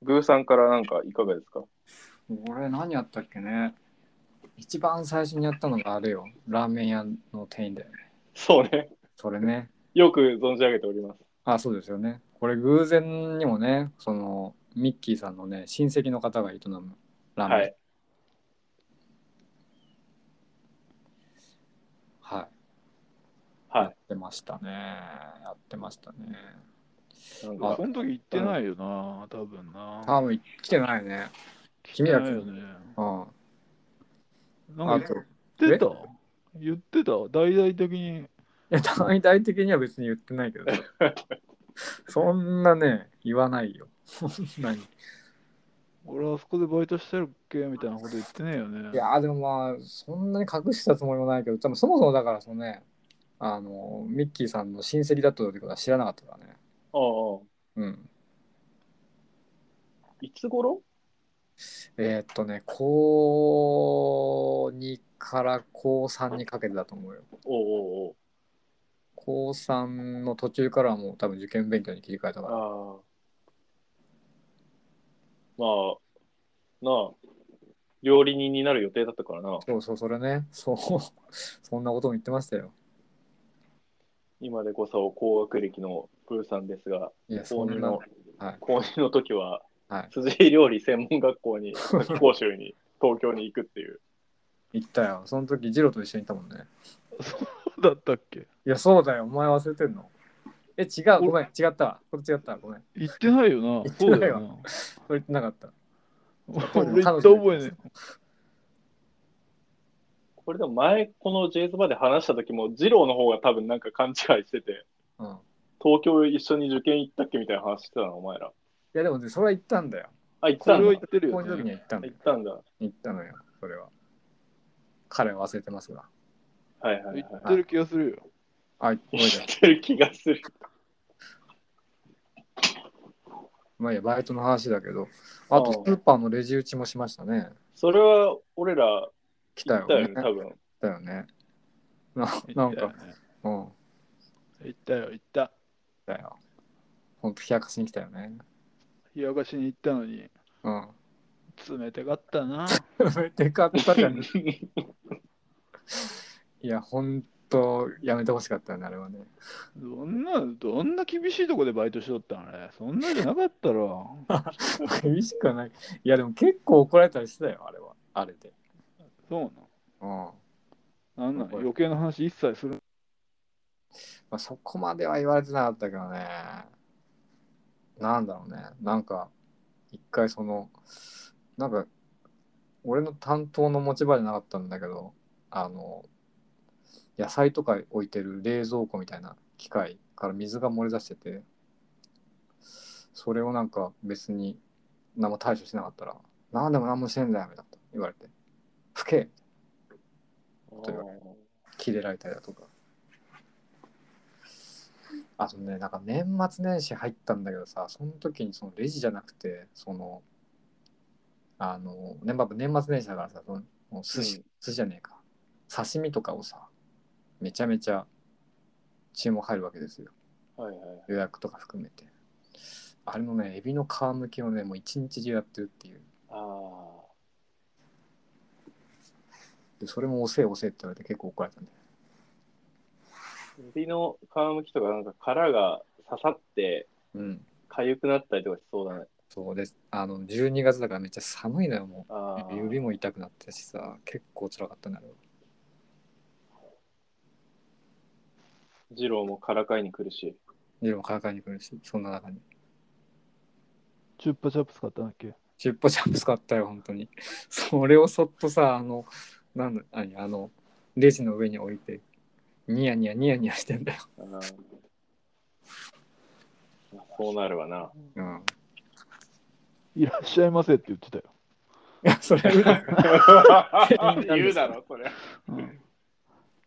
S1: グーさんからなんかいかがですか
S2: 俺何やったっけね一番最初にやったのがあれよラーメン屋の店員だよね
S1: そうね。
S2: それね
S1: よく存じ上げております。
S2: あそうですよねこれ偶然にもねそのミッキーさんのね親戚の方が営むラーメン
S1: はい。
S2: はい、や
S1: は
S2: ってましたねやってましたね
S1: い。なん
S2: あ
S1: か
S3: その時行ってないよな、多分な。
S2: 多分来てないね
S3: 来てないよ
S2: 君
S3: ね。
S2: うん
S3: な
S2: あ
S3: んか
S2: と
S3: 言ってた言ってた大々的に。
S2: いや、大々的には別に言ってないけ [laughs] ど。そんなね、言わないよ。そんなに。
S3: 俺あそこでバイトしてるっけみたいなこと言ってねえよね。
S2: いやー、でもまあ、そんなに隠したつもりもないけど、多分そもそもだから、そのね、あの、ミッキーさんの親戚だったってことは知らなかったからね。
S1: ああ、
S2: うん。
S1: いつ頃
S2: えーっとね、高2から高3にかけてだと思うよ。
S1: おうおう
S2: 高3の途中からはもう多分受験勉強に切り替えたから。
S1: おう。ああ。まあ、なあ、料理人になる予定だったからな。
S2: そうそう、それね。そう。 [laughs] そんなことも言ってましたよ。
S1: 今でこそ高学歴のプーさんですが、
S2: いや、そ
S1: 高
S2: ん
S1: 2
S2: な
S1: の、
S2: はい
S1: 高2の時は、
S2: はい
S1: 辻井料理専門学校に、講習に、東京に行くっていう。
S2: 言ったよ。その時、ジロと一緒にいたもんね。
S3: そうだったっけ
S2: いや、そうだよ。お前忘れてんの。え、違う。ごめん。違ったわ。これ違ったわ。ごめん。
S3: 行ってないよ
S2: 行
S3: な。
S2: って
S3: そう
S2: な
S3: だ
S2: いわ
S3: よな。
S2: それ言ってなかった。
S3: 俺行った覚えね
S1: これでも前、この j ズバで話した時も、二郎の方が多分なんか勘違いしてて、
S2: うん。い
S1: 東京一緒に受験行ったっけみたいな話してたの、お前ら。
S2: や、でもね、それは言ったんだよ。
S1: あ、行っ
S3: え。そ
S1: た
S3: れ
S1: ん
S3: は
S1: だ。
S3: 行ってる
S2: こ
S3: よ
S2: ういう時に
S3: ね。
S2: は言った
S1: 行っ。たん
S2: んだよ
S1: だ。は
S2: 言ったのよ。それは。彼は忘れてますが。
S1: いはいはい。
S3: 行ってる気がするよ。
S2: あ、覚えて
S1: 行
S2: る。
S1: ってる気がする。
S2: まあいいや、バイトの話だけど。あと、スーパーのレジ打ちもしましたね。
S1: それは、俺ら、
S2: 来た
S1: 行った
S2: よ
S1: よ
S2: ね。
S1: ね、
S2: 来
S1: 多分。
S2: たよね。ななんか、うん。
S3: 行ったよ、行った。
S2: だよ。ほんと、冷やかしに来たよね。
S3: 冷やかしに行ったのに、
S2: うん。
S3: 冷たかったな。
S2: [laughs] でかったじゃん。いや、ほんと、やめてほしかったよね、あれはね。 [laughs]
S3: どんな、どんな厳しいとこでバイトしとったんあれ。そんなじゃなかったろ。
S2: 厳しくはない。いや、でも結構怒られたりしてたよ、あれは。あれで。
S3: そうな
S2: うん。ま
S3: の。なんなん余計な話一切する。
S2: あ、そこまでは言われてなかったけどね。なんだろうね。なんか、一回その、なんか、俺の担当の持ち場じゃなかったんだけど、あの、野菜とか置いてる冷蔵庫みたいな機械から水が漏れ出してて、それをなんか別に何も対処しなかったら、なんでも何もしてんだよ、みたいなこと言われて。吹け切れられたりだとか。あとね、なんか年末年始入ったんだけどさ、その時にそのレジじゃなくて、その、あの、年末年末年始だからさ、そのもう寿司、
S1: うん
S2: 寿司じゃねえか。刺身とかをさ、めちゃめちゃ注文入るわけですよ。
S1: はいはい。
S2: 予約とか含めて。あれのね、エビの皮むきをね、もう一日中やってるっていう。
S1: ああ。
S2: で、それも押せ押せって言われて結構怒られたんだよ。
S1: 指の皮むきとか、なんか殻が刺さって、
S2: うん。
S1: 痒くなったりとかしそうだね。
S2: そうです。あの、12月だからめっちゃ寒いのよ、も
S1: ああ
S2: う。。指も痛くなってたしさ、結構辛かったんだろう。
S1: 二郎もからかいに来るし、
S2: ジローもからかいに来るし、そんな中に。
S3: チュッパチャップ使ったんだっけ
S2: チュッパチャップ使ったよ、本当に。 [laughs] それをそっとさ、あの、なんだ、何、あの、レジの上に置いて、ニヤニヤニヤニヤしてんだよ。
S1: あーまあそうなるわな。
S2: うん。 [laughs]
S3: いらっしゃいませって言ってたよ。
S2: いや、それは、
S1: [laughs] 言うだろ、それ。
S3: うん、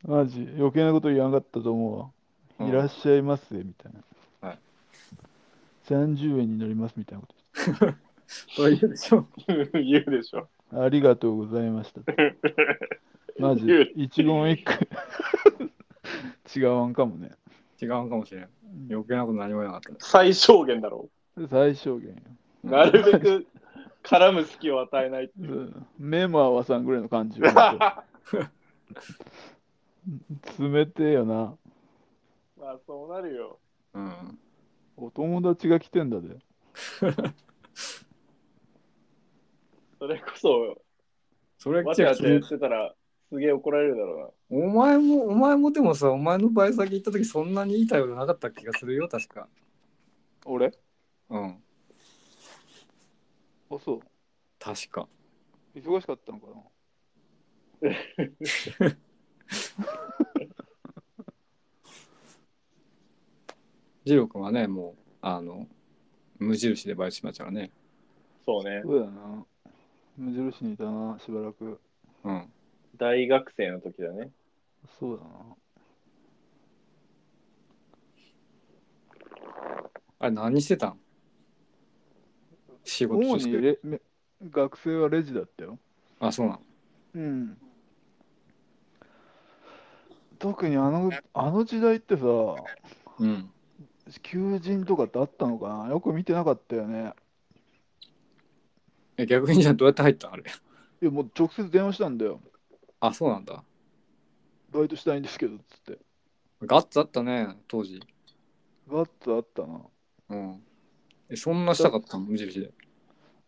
S3: マジ、余計なこと言わなかったと思う [laughs] わ。いらっしゃいませみたいな。
S2: はい。
S3: 30円になりますみたいなこと
S2: それ言うでしょ。
S1: [laughs] 言うでしょ。
S3: 言ってありがとうございました。マジ
S1: 言う、
S3: 一言一句。 [laughs] 違わんかもね。
S2: 違うかもしれん。余計なこと何も言わなかっ
S1: 最小限だろ。
S3: 最小限よ。
S2: た。
S1: なるべく絡む隙を与えないっていうう。
S3: ん目も合わさんぐらいの感
S1: [laughs]
S3: じよ。
S1: ま
S3: 冷てえよな。
S1: あ、そうなるよ。
S2: うん。
S3: お友達が来てんだで。
S1: それこそ、
S2: それ
S1: わ
S2: 違
S1: ちゃ
S2: う
S1: わちゃ言
S2: 違
S1: っ
S2: う。
S1: てたら、すげえ怒られるだろ
S2: お前も、お前もでもさ、お前のバイト先行った時そんなにいい対応なかった気がするよ、確か。
S3: 俺
S2: うん。
S3: あ、そう。
S2: 確か。
S3: 忙しかったのかな
S2: ジロー君はね、もう、あの、無印でバイトしましたからね。
S1: うな。そうね。
S3: そうだな。無印にいたな、しばらく。
S2: うん。
S1: 大学生の時だね。
S3: そうだな。
S2: あれ、何してたん仕
S3: 主
S2: 事して
S3: に
S2: る。
S3: レめ学生はレジだったよ。
S2: あ、そうなの。
S3: うん。特にあのあの時代ってさ、
S2: うん。
S3: 求人とかってあったのかなよく見てなかったよね。
S2: え、逆にじゃあどうやって入ったんあれ。
S3: いや、もう直接電話したんだよ。
S2: あ、そうなんだ。
S3: バイトしたいんですけど、つって。
S2: ガッツあったね、当時。
S3: ガッツあったな。
S2: うん。え、そんなしたかったの無印で。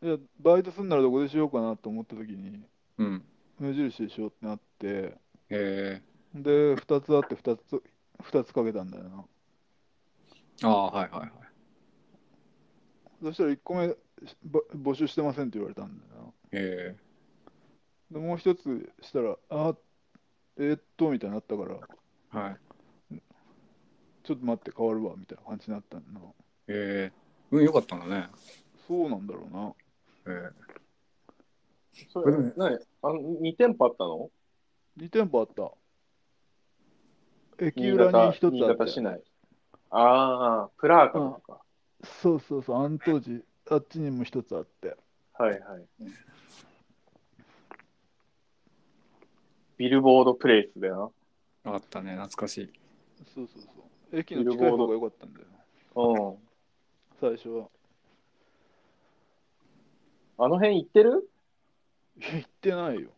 S3: いや、バイトすんならどこでしようかなと思った時に、
S2: うん。
S3: 無印でしようってなって、
S2: へえ。
S3: で、2つあって2つ、2つかけたんだよな。
S2: ああ、はいはいはい。
S3: そしたら1個目、ぼ募集してませんって言われたんだよ
S2: へえ。
S3: な。で、もう1つしたら、あ、えーっと、みたいになったから、
S2: はい。
S3: ちょっと待って変わるわ、みたいな感じになったんだな。
S2: へえ。うん、よかったんだね。
S3: そうなんだろうな。
S2: へえ。
S1: そ
S2: れ
S1: れ、何あの ?2 店舗あったの
S3: 2店舗あった。駅
S1: 新
S3: 裏に
S1: 潟、
S3: 1つ
S1: 新
S3: あっ
S1: 潟
S3: た
S1: 市
S3: よ。
S1: 内。ああ、プラーカとか。
S3: そうそうそう、あの当時、あっちにも1つあって。
S1: はいはい。ビルボードプレイスだよ
S2: あったね、懐かしい。
S3: そうそうそう。駅の近い方が良かったんだよ。
S1: な。うん。
S3: 最初は。
S1: あの辺行ってる
S3: いや、行ってないよ。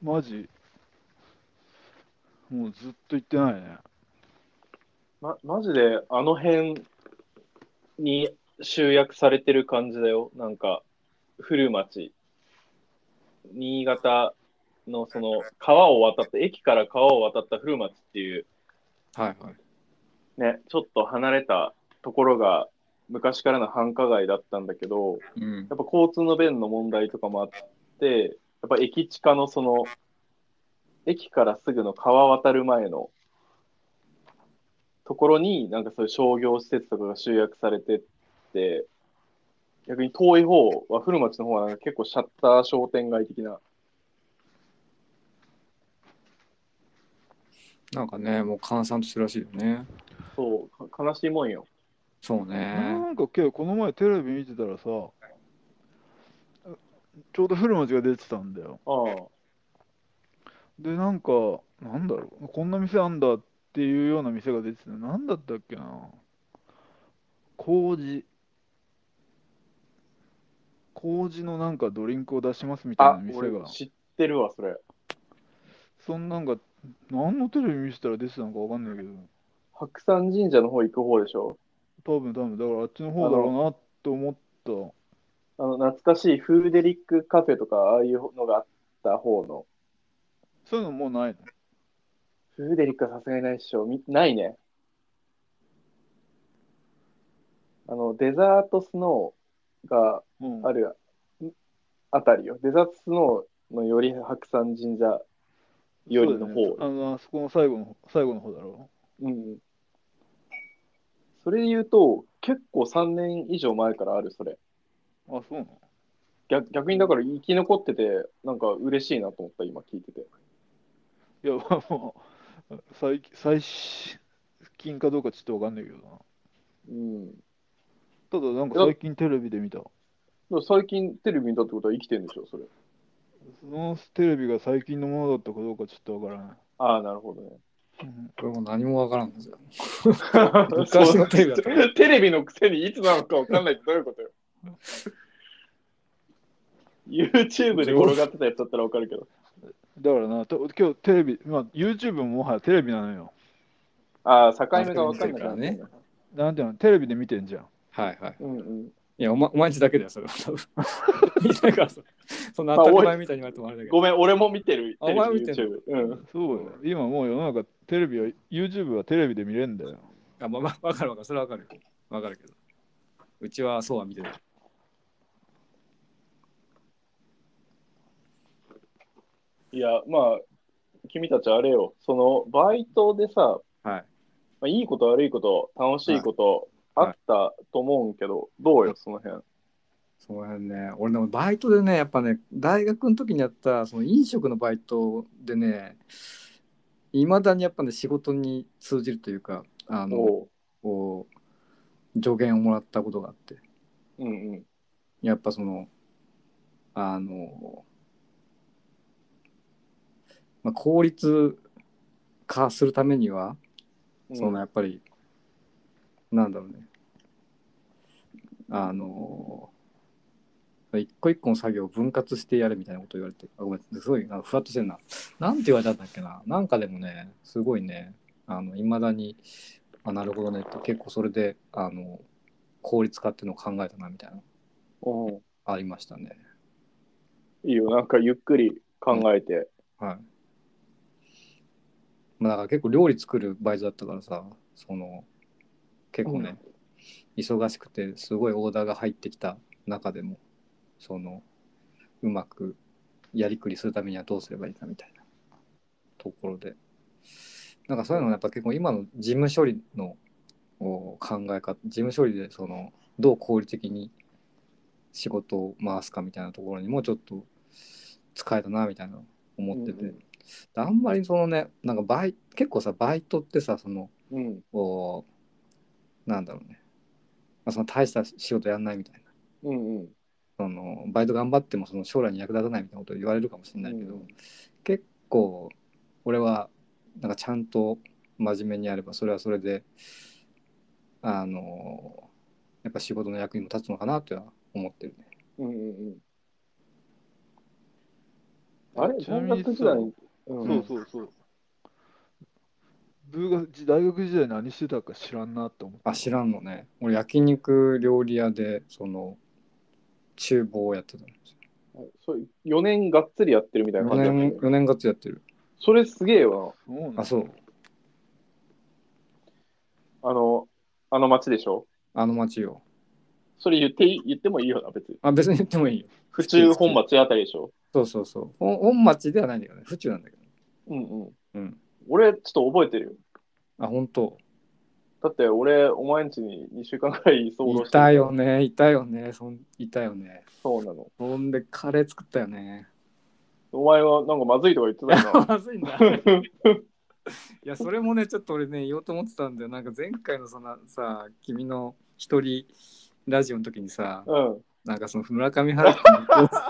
S3: マジ。もうずっと行ってないね。
S1: ま、マジであの辺に集約されてる感じだよ。なんか、古町。新潟のその川を渡った、駅から川を渡った古町っていう、
S2: はいはい。
S1: ね、ちょっと離れたところが昔からの繁華街だったんだけど、
S2: うん。
S1: やっぱ交通の便の問題とかもあって、やっぱ駅地下のその、駅からすぐの川渡る前のところに、なんかそういう商業施設とかが集約されてって、逆に遠い方は、古町の方はなんか結構シャッター商店街的な。
S2: なんかね、もう閑散としてるらしいよね。
S1: そう、か悲しいもんよ。
S2: そうね
S3: な。んかけどこの前テレビ見てたらさ、ちょうど古町が出てたんだよ。
S1: ああ、
S3: で、なんか、なんだろう、こんな店あんだっていうような店が出てた。なんだったっけな。麹。麹のなんかドリンクを出しますみたいな
S1: あ
S3: 店
S1: 俺
S3: が。
S1: 知ってるわ、それ。
S3: そんなんが、何のテレビ見せたら出てたのかわかんないけど、
S1: 白山神社の方行く方でしょ
S3: 多分多分、だからあっちの方だろうなって思っ
S1: あの、懐かしいフーデリックカフェとか、ああいうのがあった方の。
S3: た。そういうのもうないの
S1: フーデリックはさすがにないっしょ。みないね。あの、デザートスノーが
S3: うん、
S1: あるあたりよ。デザートスノーのより白山神社よりの方。
S3: そうだよねあのあそこの最後の最後の方だろ
S1: うん。それで言うと、結構3年以上前からある、それ。
S3: う。あ、そうなの
S1: 逆逆にだから生き残ってて、なんか嬉しいなと思った、今聞いてて。
S3: いや、もう、最近最近かどうかちょっとわかんないけどな。
S1: うん。で
S3: ただ、なんか最近テレビで見た。
S1: も最近テレビ見たってことは生きてるんでしょ、それ。
S3: そのテレビが最近のものだったかどうかちょっとわからない。
S1: ああ、なるほどね。
S3: うん
S2: これもう何もわからんですよ。
S1: 昔
S2: 昔のテレビだったから
S1: [laughs] テレビのくせにいつなのかわかんないってどういうことよ YouTube で転がってたやつだったらわかるけど
S3: だからな、と今日テレビ、まあ、YouTube ももはやテレビなのよ。
S1: ああ境目がわかんないから
S2: 見て
S1: ね
S2: る
S3: なんていうの、テレビで見てんじゃん。
S2: はいはい。
S1: うんうん
S2: いや、お,、ま、お前んちだけだよ、それは多分。みんながそそんな当たり前みたいに言われてもあれだけど。
S1: ごめん俺も見てる
S2: あお前も見て
S1: る、うん、
S3: そうよ。今もう世の中、テレビは、YouTube はテレビで見れるんだよ。
S2: あ、まあ、まあ、わかるわかる。それはわかるよ。わかるけど。うちはそうは見てない。
S1: いやまあ君たちあれよそのバイトでさ、
S2: はい。
S1: まあ、いいこと悪いこと楽しいこと、
S2: はい
S1: あったと思うんけどどうよその辺
S2: その辺ね、俺でもバイトでね、やっぱね、大学の時にやったその飲食のバイトでね、いまだにやっぱね、仕事に通じるというか、あの、
S1: も
S2: こう、助言をもらったことがあって、
S1: ううんうん
S2: やっぱその、あの、まあ、効率化するためには、
S1: うん
S2: そのやっぱり、なんだろうね。あの一個一個の作業を分割してやるみたいなこと言われて、あごめん、すごいなんかふわっとしてんな。なんて言われたんだっけな。なんかでもね、すごいね、いまだに、あ、なるほどねって、結構それで、あの、効率化っていうのを考えたなみたいな、
S1: うん
S2: ありましたね。
S1: いいよなんかゆっくり考えて、
S2: はい。まあ、だから結構料理作るバイトだったからさ、その、結構ね、忙しくて、すごいオーダーが入ってきた中でも、その、うまくやりくりするためにはどうすればいいかみたいなところで、なんかそういうのやっぱ結構今の事務処理のお考え方、事務処理でその、どう効率的に仕事を回すかみたいなところにもちょっと使えたなみたいな思ってて、
S1: うんうん
S2: あんまりそのねなんかバイ結構さバイトってさその
S1: うん
S2: おなんだろうね、まあ、その大した仕事やんないみたいな
S1: うんうん
S2: そのバイト頑張ってもその将来に役立たないみたいなこと言われるかもしれないけど、
S1: うん
S2: 結構俺はなんかちゃんと真面目にやればそれはそれであのやっぱ仕事の役にも立つのかなっては思ってるね。
S1: うんうんうん。あれ
S3: ちな
S1: 文
S3: みに
S1: 学時代に。うん
S3: そうそうそう。部活大学時代何してたか知らんなって思って。
S2: あ知らんのね俺焼肉料理屋でその厨房をやってたんです
S1: そう4年がっつりやってるみたい
S2: よ
S1: な感じだったよ
S2: 4年
S1: ね
S2: 4年月やってる
S1: それすげえよ
S3: そうなの
S2: あそう
S1: な。あの、あの町でしょ
S2: あの町よ
S1: それ言っていい言ってもいいよな、別に。
S2: あ別に言ってもいいよ
S1: 府中本町あたりでしょ
S2: そうそうそう本本町ではないんだけどね府中なんだけど
S1: うんうん。
S2: うん
S1: 俺、ちょっと覚えてるよ。
S2: あ本当
S1: だって俺、お前んちに2週間くらい居候
S2: い
S1: して
S2: たよ。ねいたよねそんいたよね
S1: そうなの。
S2: ほんでカレー作ったよね [laughs]
S1: お前はなんかまずいとか言ってたよな。
S2: まずいんだいやそれもねちょっと俺ね言おうと思ってたんだよなんか前回のそのさ君の一人ラジオの時にさ [laughs]
S1: うん。
S2: なんかその村上春樹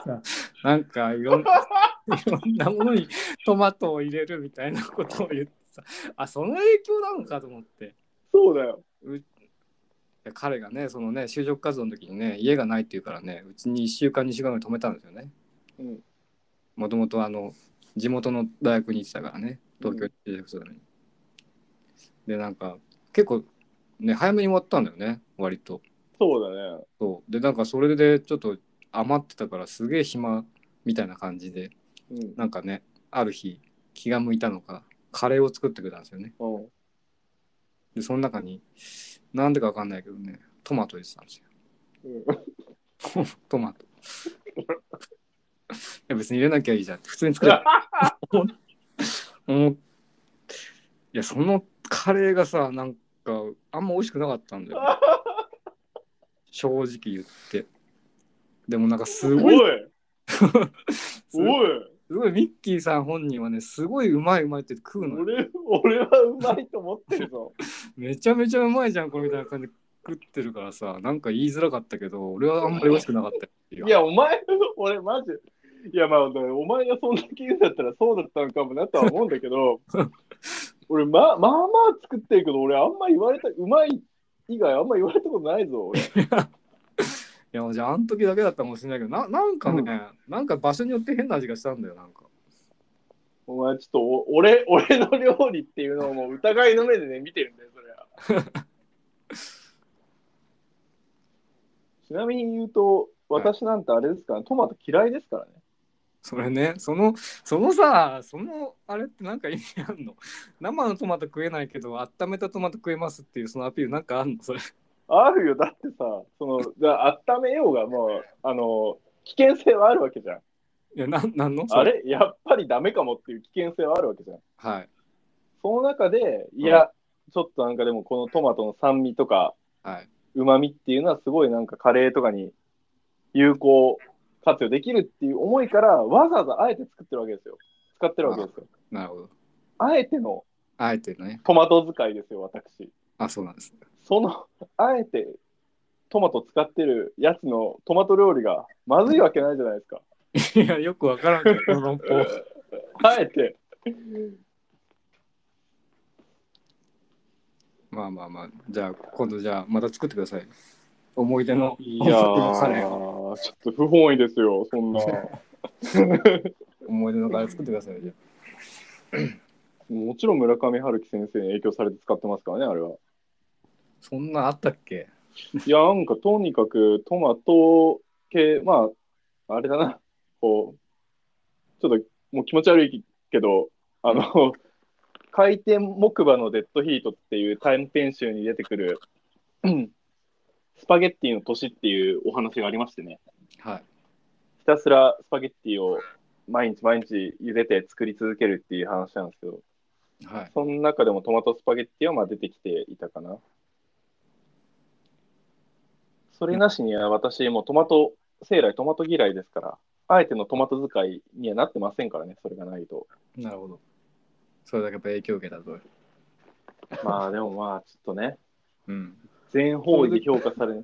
S2: のなんかいろんいろんなものにトマトを入れるみたいなことを言ってさあその影響なのかと思ってい
S1: そうだよ。
S2: や彼がねそのね就職活動の時にね家がないっていうからねうちに1週間2週間ぐらい泊めたんですよね
S1: うん。
S2: もともとあの地元の大学に行ってたからね東京に就職するのに、でなんか結構ね早めに終わったんだよね割と
S1: そうだね。
S2: そうでなんかそれでちょっと余ってたからすげえ暇みたいな感じで
S1: うん。
S2: なんかねある日気が向いたのかカレーを作ってくれたんですよね。
S1: おう
S2: で、その中に、なんでかわかんないけどね、トマト入れてたんですよ。トマト。い [laughs] や、別に入れなきゃいいじゃんって。普通に作ればもう、いや、そのカレーがさ、なんか、あんま美味しくなかったんだよ。正直言って。でもなんかす
S1: お
S2: ごい、
S1: い
S2: すごい
S1: おい
S2: すごいミッキーさん本人はね、すごいうまいうまいって食うのよ。
S1: 俺俺はうまいと思ってるぞ。
S2: めちゃめちゃうまいじゃん、これみたいな感じで食ってるからさ、なんか言いづらかったけど、俺はあんまり美味しくなかったよ
S1: いや、お前、俺マジ。いや、まあ、お前がそんだけ言うんだったらそうだったのかもなとは思うんだけ
S2: [laughs]
S1: ど、俺、まあまあまあ作ってるけど、俺あんま言われた、うまい以外あんま言われたことないぞ、俺。
S2: いや、じゃあ、あの時だけだったかもしれないけど、ななんかね、なんか場所によって変な味がしたんだよ、なんか。
S1: お前ちょっとお俺、俺の料理っていうのをもう疑いの目でね、見てるんだよ、それは。 [laughs] ちなみに言うと、私なんてあれですから、トマト嫌いですからね。
S2: それね、その、そのさ、その、あれってなんか意味あんの生のトマト食えないけど、温めたトマト食えますっていうそのアピールなんかあんのそれ。
S1: あるよ、だってさ、その、だから温めようがもう、あの、危険性はあるわけじゃん。
S2: いや、なんなんのそ
S1: あれやっぱりダメかもっていう危険性はあるわけじゃん。
S2: はい。
S1: その中で、いや、ちょっとなんかでもこのトマトの酸味とか、
S2: はい。
S1: うまみっていうのはすごいなんかカレーとかに有効活用できるっていう思いから、わざわざあえて作ってるわけですよ。使ってるわけですよ。
S2: なるほど。
S1: あえての
S2: あえてね。
S1: トマト使いですよ、私。
S2: あ、そうなんです。
S1: その、あえてトマト使ってるやつのトマト料理がまずいわけないじゃないですか。
S2: いや、よくわからんけど、この論法。
S1: あえて。
S2: まあまあまあ、じゃあ、今度じゃあ、また作ってください。思い出の、
S1: いやー、
S2: カレ
S1: ち
S2: ーを
S1: ょっと不本意ですよ、そんな。
S2: 思い出のカレー作ってください。じゃ
S1: もちろん村上春樹先生に影響されて使ってますからね、あれは。
S2: あそんなんあったっけ
S1: いや、なんかとにかくトマト系、まあ、あれだな、こう、ちょっともう気持ち悪いけど、あの、回転木馬のデッドヒートっていう短編集に出てくる、うんスパゲッティの年っていうお話がありましてね、
S2: はい。
S1: ひたすらスパゲッティを毎日毎日茹でて作り続けるっていう話なんですけど、
S2: はい。
S1: その中でもトマトスパゲッティはまあ出てきていたかな。それなしには私、もうトマト、生来トマト嫌いですから、あえてのトマト使いにはなってませんからね、それがないと。
S2: なるほど。それだけやっぱ影響を受けたと。
S1: まあでもまあ、ちょっとね、
S2: うん。
S1: 全方位で評価さ [laughs] れ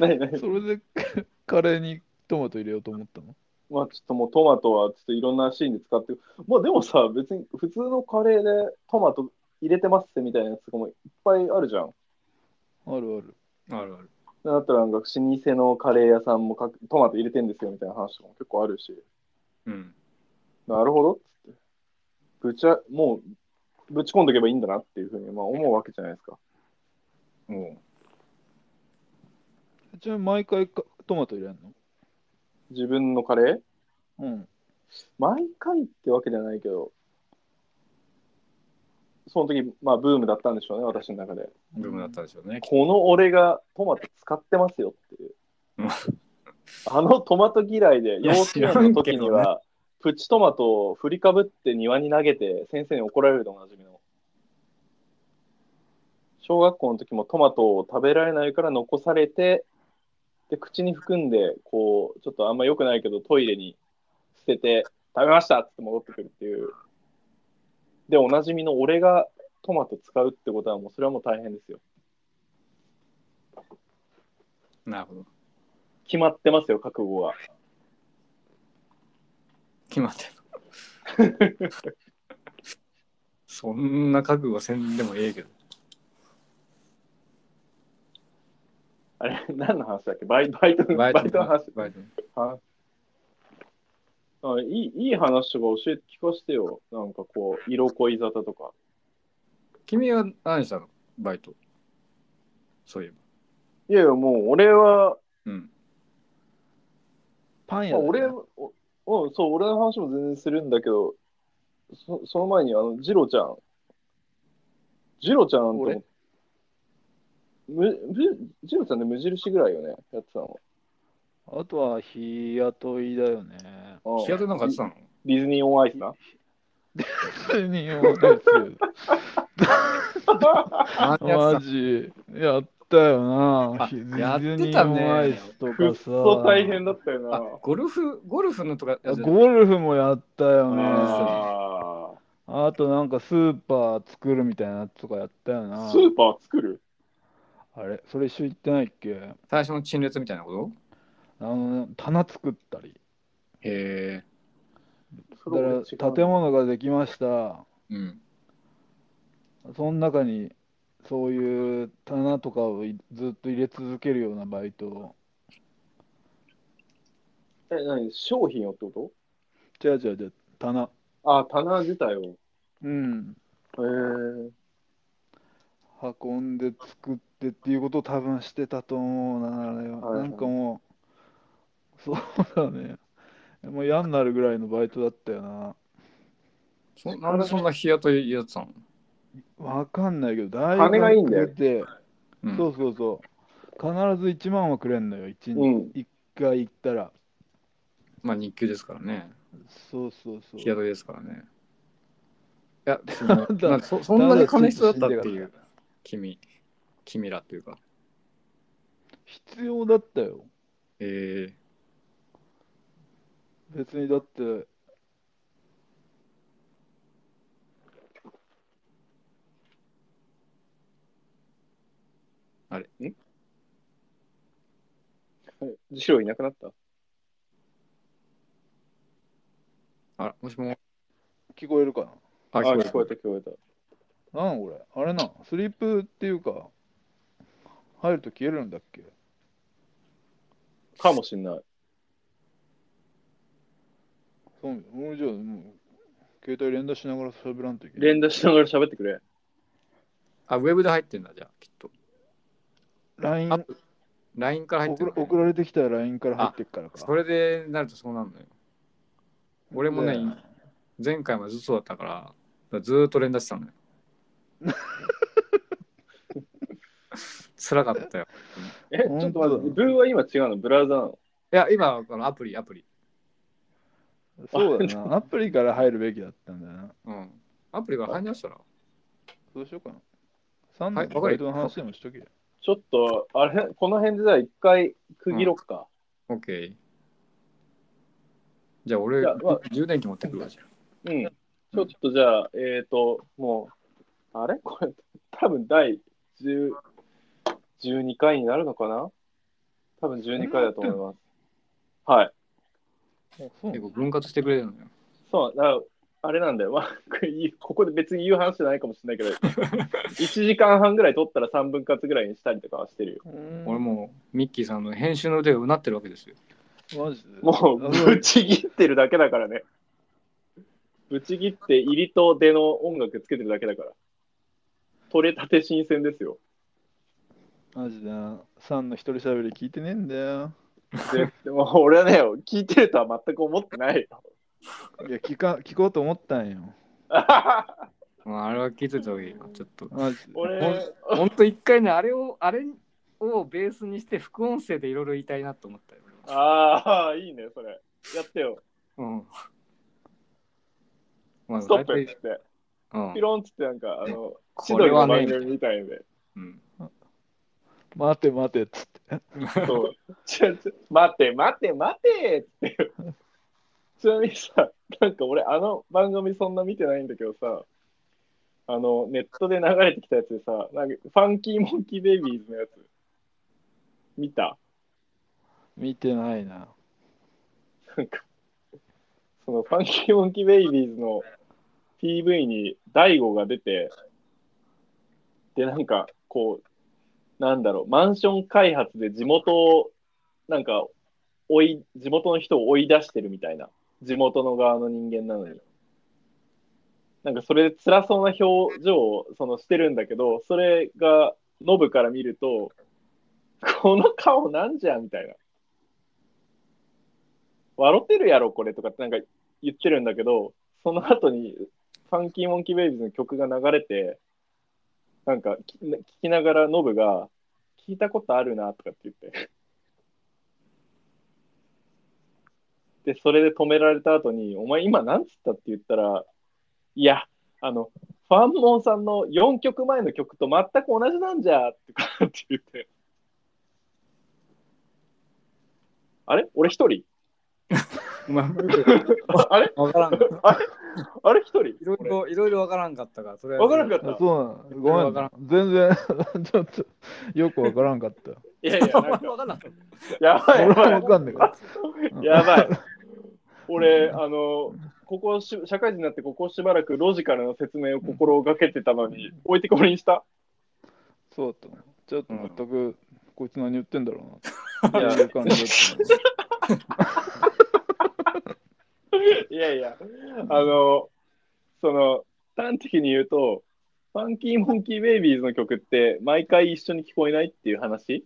S1: ない。ない
S3: それで [laughs] カレーにトマト入れようと思ったの
S1: まあちょっともうトマトはちょっといろんなシーンで使って、まあでもさ、別に普通のカレーでトマト入れてますってみたいなやつとかもいっぱいあるじゃん。
S3: あるある。
S2: あるある。
S1: だったらなんか老舗のカレー屋さんもかトマト入れてんですよみたいな話とかも結構あるし、
S2: うん。
S1: なるほどっつって、ぶちゃ、もうぶち込んどけばいいんだなっていうふうにまあ思うわけじゃないですか。
S2: おう
S3: ちなみに毎回かトマト入れんの
S1: 自分のカレー
S3: うん。
S1: 毎回ってわけじゃないけど、その時、まあブームだったんでしょうね、私の中で。
S2: ブームだったでしょうね。
S1: この俺がトマト使ってますよって
S2: [laughs]
S1: いう
S2: うん。
S1: あのトマト嫌いで、
S2: い
S1: 幼
S2: や
S1: 稚園の時
S2: 知
S1: に
S2: らんけど
S1: は、プチトマトを振りかぶって庭に投げて、先生に怒られるでおなじみの。小学校の時もトマトを食べられないから残されて、で、口に含んで、こう、ちょっとあんま良くないけど、トイレに捨てて、食べましたっつって戻ってくるっていう。で、おなじみの俺がトマト使うってことは、もうそれはもう大変ですよ。
S2: なるほど。
S1: 決まってますよ、覚悟が。
S2: 決まってる。 [laughs] そんな覚悟せんでもええけど。
S1: あれ、何の話だっけバイバイトバイトの話
S2: バイトの。
S1: はあいい。いい話とか教えて聞かせてよ。なんかこう、色恋沙汰とか。
S2: 君は何したのバイト。そういえ
S1: いやいや、もう俺は、
S2: ば。うん。
S3: パン
S1: ま
S3: 屋
S1: あ、
S3: だね
S1: 俺、おうん、そう、俺の話も全然するんだけど、そその前に、あの、ジロちゃん。ジロちゃんと
S3: 俺、
S1: む、む、ジロちゃんで無印ぐらいよね、やってたの。
S3: あとは日雇いだ
S2: [laughs]
S3: よね。
S1: うん
S2: 日雇いなんかやってたの
S1: ディズニーオンアイスな。
S3: 普通に思ったやつ。
S2: 何や
S3: マ
S2: って
S3: ジ、やったよな。
S2: あ
S3: ひ
S2: やってたね
S3: ディズニーオンアイスと
S1: くっ
S3: かさ。
S1: そ大変だったよ
S2: たのあ
S1: な。
S2: ゴルフ、ゴルフのとか、あ
S3: ゴルフもやったよね。
S2: あ
S1: あ
S3: あとなんかスーパー作るみたいなやつとかやったよ
S1: ー
S3: な
S1: ス。ーパー作る
S3: あれ、それ一緒行ってないっけ
S2: 最初の陳列みたいなこと
S3: あの、棚作ったり。
S2: へ
S1: そ
S3: だ
S1: れ
S3: か
S1: 俺違
S3: ら
S1: う
S3: 建物ができました。
S2: え。うん。
S3: その中にそういう棚とかをいずっと入れ続けるようなバイトを。
S1: え、何商品をってこ
S3: 違う違う違う、棚。
S1: とあ、棚自体を。へ
S3: うん。
S1: えー。
S3: 運んで作ってっていうことを多分してたと思うな、あれは。
S1: はいはい
S3: なんかもう、そうだね。もう嫌になるぐらいのバイトだったよな。
S2: そなんでそんな日雇いやってたの
S3: わかんないけど、大
S1: 金がいいんだよ
S3: 学出て、
S2: うん
S3: そうそうそう。必ず1万はくれんのよ、1
S1: う
S3: 日。
S1: ん。
S3: 一回行ったら。
S2: まあ日給ですからね。
S3: そうそうそう
S2: 日。雇いですからね。いや、その
S3: だ
S2: なんかそそんなに金必要だったっていう、君、君らっていうか。
S3: 必要だったよ。
S2: ええ
S3: 別にだって
S2: あれ
S1: ジロいなくなった
S2: あら、もしも。
S3: 聞こえるか
S2: あ、
S1: あ、聞こ
S2: え
S1: えた聞こえた。
S3: ななん俺あれなスリープっていうか入ると消えるんだっけ
S1: かもしんない。
S3: そう俺じゃあもう携帯連打しながら喋らんといけない
S1: 連打しながら喋ってくれ。
S2: あ、ウェブで入ってんだ、じゃあ、きっと。
S3: LINE
S2: あ LINE から入って
S3: 送
S2: ん
S3: ら
S2: だね
S3: 送られてきたら LINE から入ってっからか
S2: それでなるとそうなるのよ。俺もね
S3: だよ、な
S2: 前回もずっとそうだったから、だからずーっと連打してたのよ。辛かったよ。
S1: え、ちょっと待って、
S3: 本
S1: ブーは今違うのブラウザなの
S2: いや、今、このアプリ、アプリ。
S3: そうだなアプリから入るべきだったんだよな
S2: うん。アプリから入り直したら。
S3: どうしようかな3
S2: はいわ
S3: 年
S2: か
S3: バ
S2: る
S3: イトの話でもしとけよ
S1: ちょっと、あれ、この辺でじゃあ一回区切ろっか。
S2: OK。じゃあ、俺、
S1: じゃあまあ
S2: 充電器持ってくるわじゃん。
S1: うん。ちょっとじゃあ、えっ、ー、と、もう、あれ [laughs] これ、多分第10 12回になるのかな多分12回だと思います。はい。
S3: あそう
S2: 結構分割してくれるのよ。
S1: そう、だからあれなんだよ。 [laughs] まあ、これここで別に言う話じゃないかもしれないけど、1時 [laughs] 間半ぐらい取ったら3分割ぐらいにしたりとかはしてるよ。
S2: 俺もうミッキーさんの編集の腕がうなってるわけですよ。
S3: マジで
S1: もうぶち切ってるだけだからね。ぶち切って入りと出の音楽つけてるだけだから。取れたて新鮮ですよ。
S3: マジでな3の一人喋り聞いてねえんだよ
S1: ででも俺はね、聞いてるとは全く思ってないよ。
S3: いや聞か聞こうと思ったんよ
S2: まああれは聞いといた方がいいよ。ちょっと。
S3: マジで
S1: 俺、 [laughs]
S2: ほんと一回ね、あれを、あれをベースにして副音声でいろいろ言いたいなと思ったよ。俺は
S1: ああ、いいね、それ。やってよ。
S2: うん。まあ、
S1: ストッ
S2: 大
S1: プっ
S2: 体
S1: つ、って。
S2: うん
S1: ピ。ロンっつってなんか、あの、千
S2: これ
S1: 鳥
S2: は
S1: の
S2: ね
S1: 番、組みたいで。
S2: うん
S3: 待て待てっつって。
S1: そう。ちょちょ待って、待って、待てって。ちなみにさ、なんか俺、あの番組そんな見てないんだけどさ、あの、ネットで流れてきたやつでさ、なんか、ファンキーモンキーベイビーズのやつ、見た
S3: 見てないな。
S1: なんか、その、ファンキーモンキーベイビーズの PV に大悟が出て、で、なんか、こう、なんだろう、マンション開発で地元を、なんか、追い、地元の人を追い出してるみたいな、地元の側の人間なのに。なんか、それで辛そうな表情を、その、してるんだけど、それが、ノブから見ると、この顔なんじゃみたいな。笑ってるやろこれとかってなんか言ってるんだけどその後にファンキーモンキーベイビーズの曲が流れて、なんかき聞きながらノブが、聞いたことあるなとかって言って。で、それで止められた後に、お前今なんつったって言ったら、いや、あの、ファンモンさんの4曲前の曲と全く同じなんじゃとかって言って。あれ俺一人
S2: まあ、
S1: あれ
S2: わからん。い
S1: あれ一人
S2: ろいろ、いろいろわからんかったから、とりあえず。
S1: わからんかっ
S3: あ
S1: た。
S3: そうなの
S2: わから
S3: ごめん。全然、 [laughs] ちょっと、よくわからんかった。
S1: いやいや、
S2: た。
S1: なんか
S2: わからんかっ
S1: やばい、や
S3: 俺
S1: ば
S3: はわ
S1: い。
S3: かんないから。
S1: やばい。俺、あの、ここし、社会人になってここしばらくロジカルな説明を心がけてたのに、置いてこぼりにした。
S3: そうだったの。ちょっと全く、こいつ何言ってんだろ
S1: いう
S3: な。
S1: や
S3: [laughs] そういう感じだったの
S1: [laughs] いやいや、あの、その、端的に言うと、ファンキーモンキーベイビーズの曲って、毎回一緒に聞こえないっていう話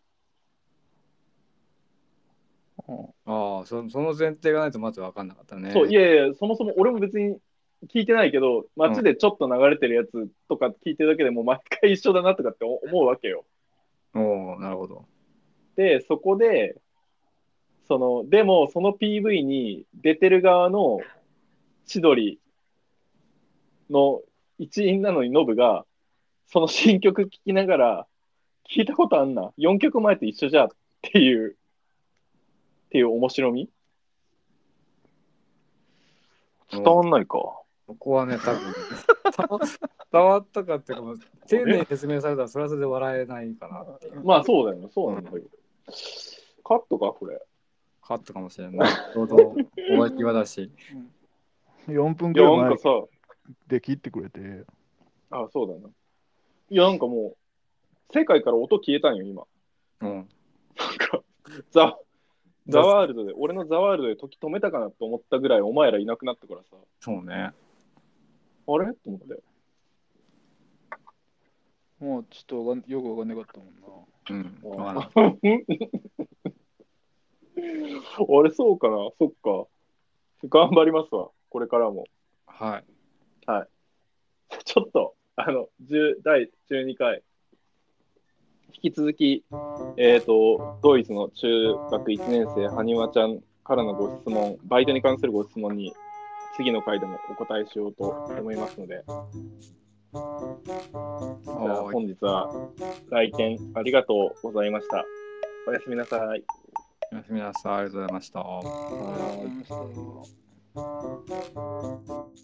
S2: た。ああ、そその前提がないとまずわかんなかったね。
S1: そう、いやいや、そもそも俺も別に聞いてないけど、街でちょっと流れてるやつとか聞いてるだけでもう毎回一緒だなとかって思うわけよ。
S2: おおなるほど。
S1: で、そこで、その、でも、その PV に出てる側の千鳥の一員なのにノブが、その新曲聴きながら、聞いたことあんな、4曲前と一緒じゃっていう、っていう面白み伝わんないか。
S2: ここはね、多分 [laughs] 伝わ伝わったかっていうか、まあ丁寧に説明されたらそれはそれで笑えないかなっていう。
S1: まあ、そうだよね、そうなんだけど。カットか、これ。
S2: カットかもし
S1: [laughs]
S2: れない。ちょうど終わりだし。
S3: [laughs] 4分
S1: い
S3: く
S1: や、
S3: らい
S1: なん
S3: 前
S1: かさ、
S3: で切ってくれて。
S1: あ、そうだな。いや、なんかもう、世界から音消えたんよ、今。 [laughs]
S2: うん。
S1: なんか、ザ、ザワールドで、俺のザワールドで時止めたかなと思ったぐらい、お前らいなくなったからさ、
S2: そうね。
S1: あれと思って。
S3: もうちょっとわかんよくわかんなかったもんな。
S2: うん。わからん
S1: あれ、そうかなそっか。頑張りますわ、これからも。
S2: はい。
S1: [laughs] ちょっと、あの、10第12回、引き続き、えっ、と、ドイツの中学1年生、はにわちゃんからのご質問、バイトに関するご質問に、次の回でもお答えしようと思いますので、じゃあ
S2: おーい
S1: 本日は来店ありがとうございました。おやすみなさい。
S2: おやすみなさい。ありがとうございました。
S3: ありがとうございました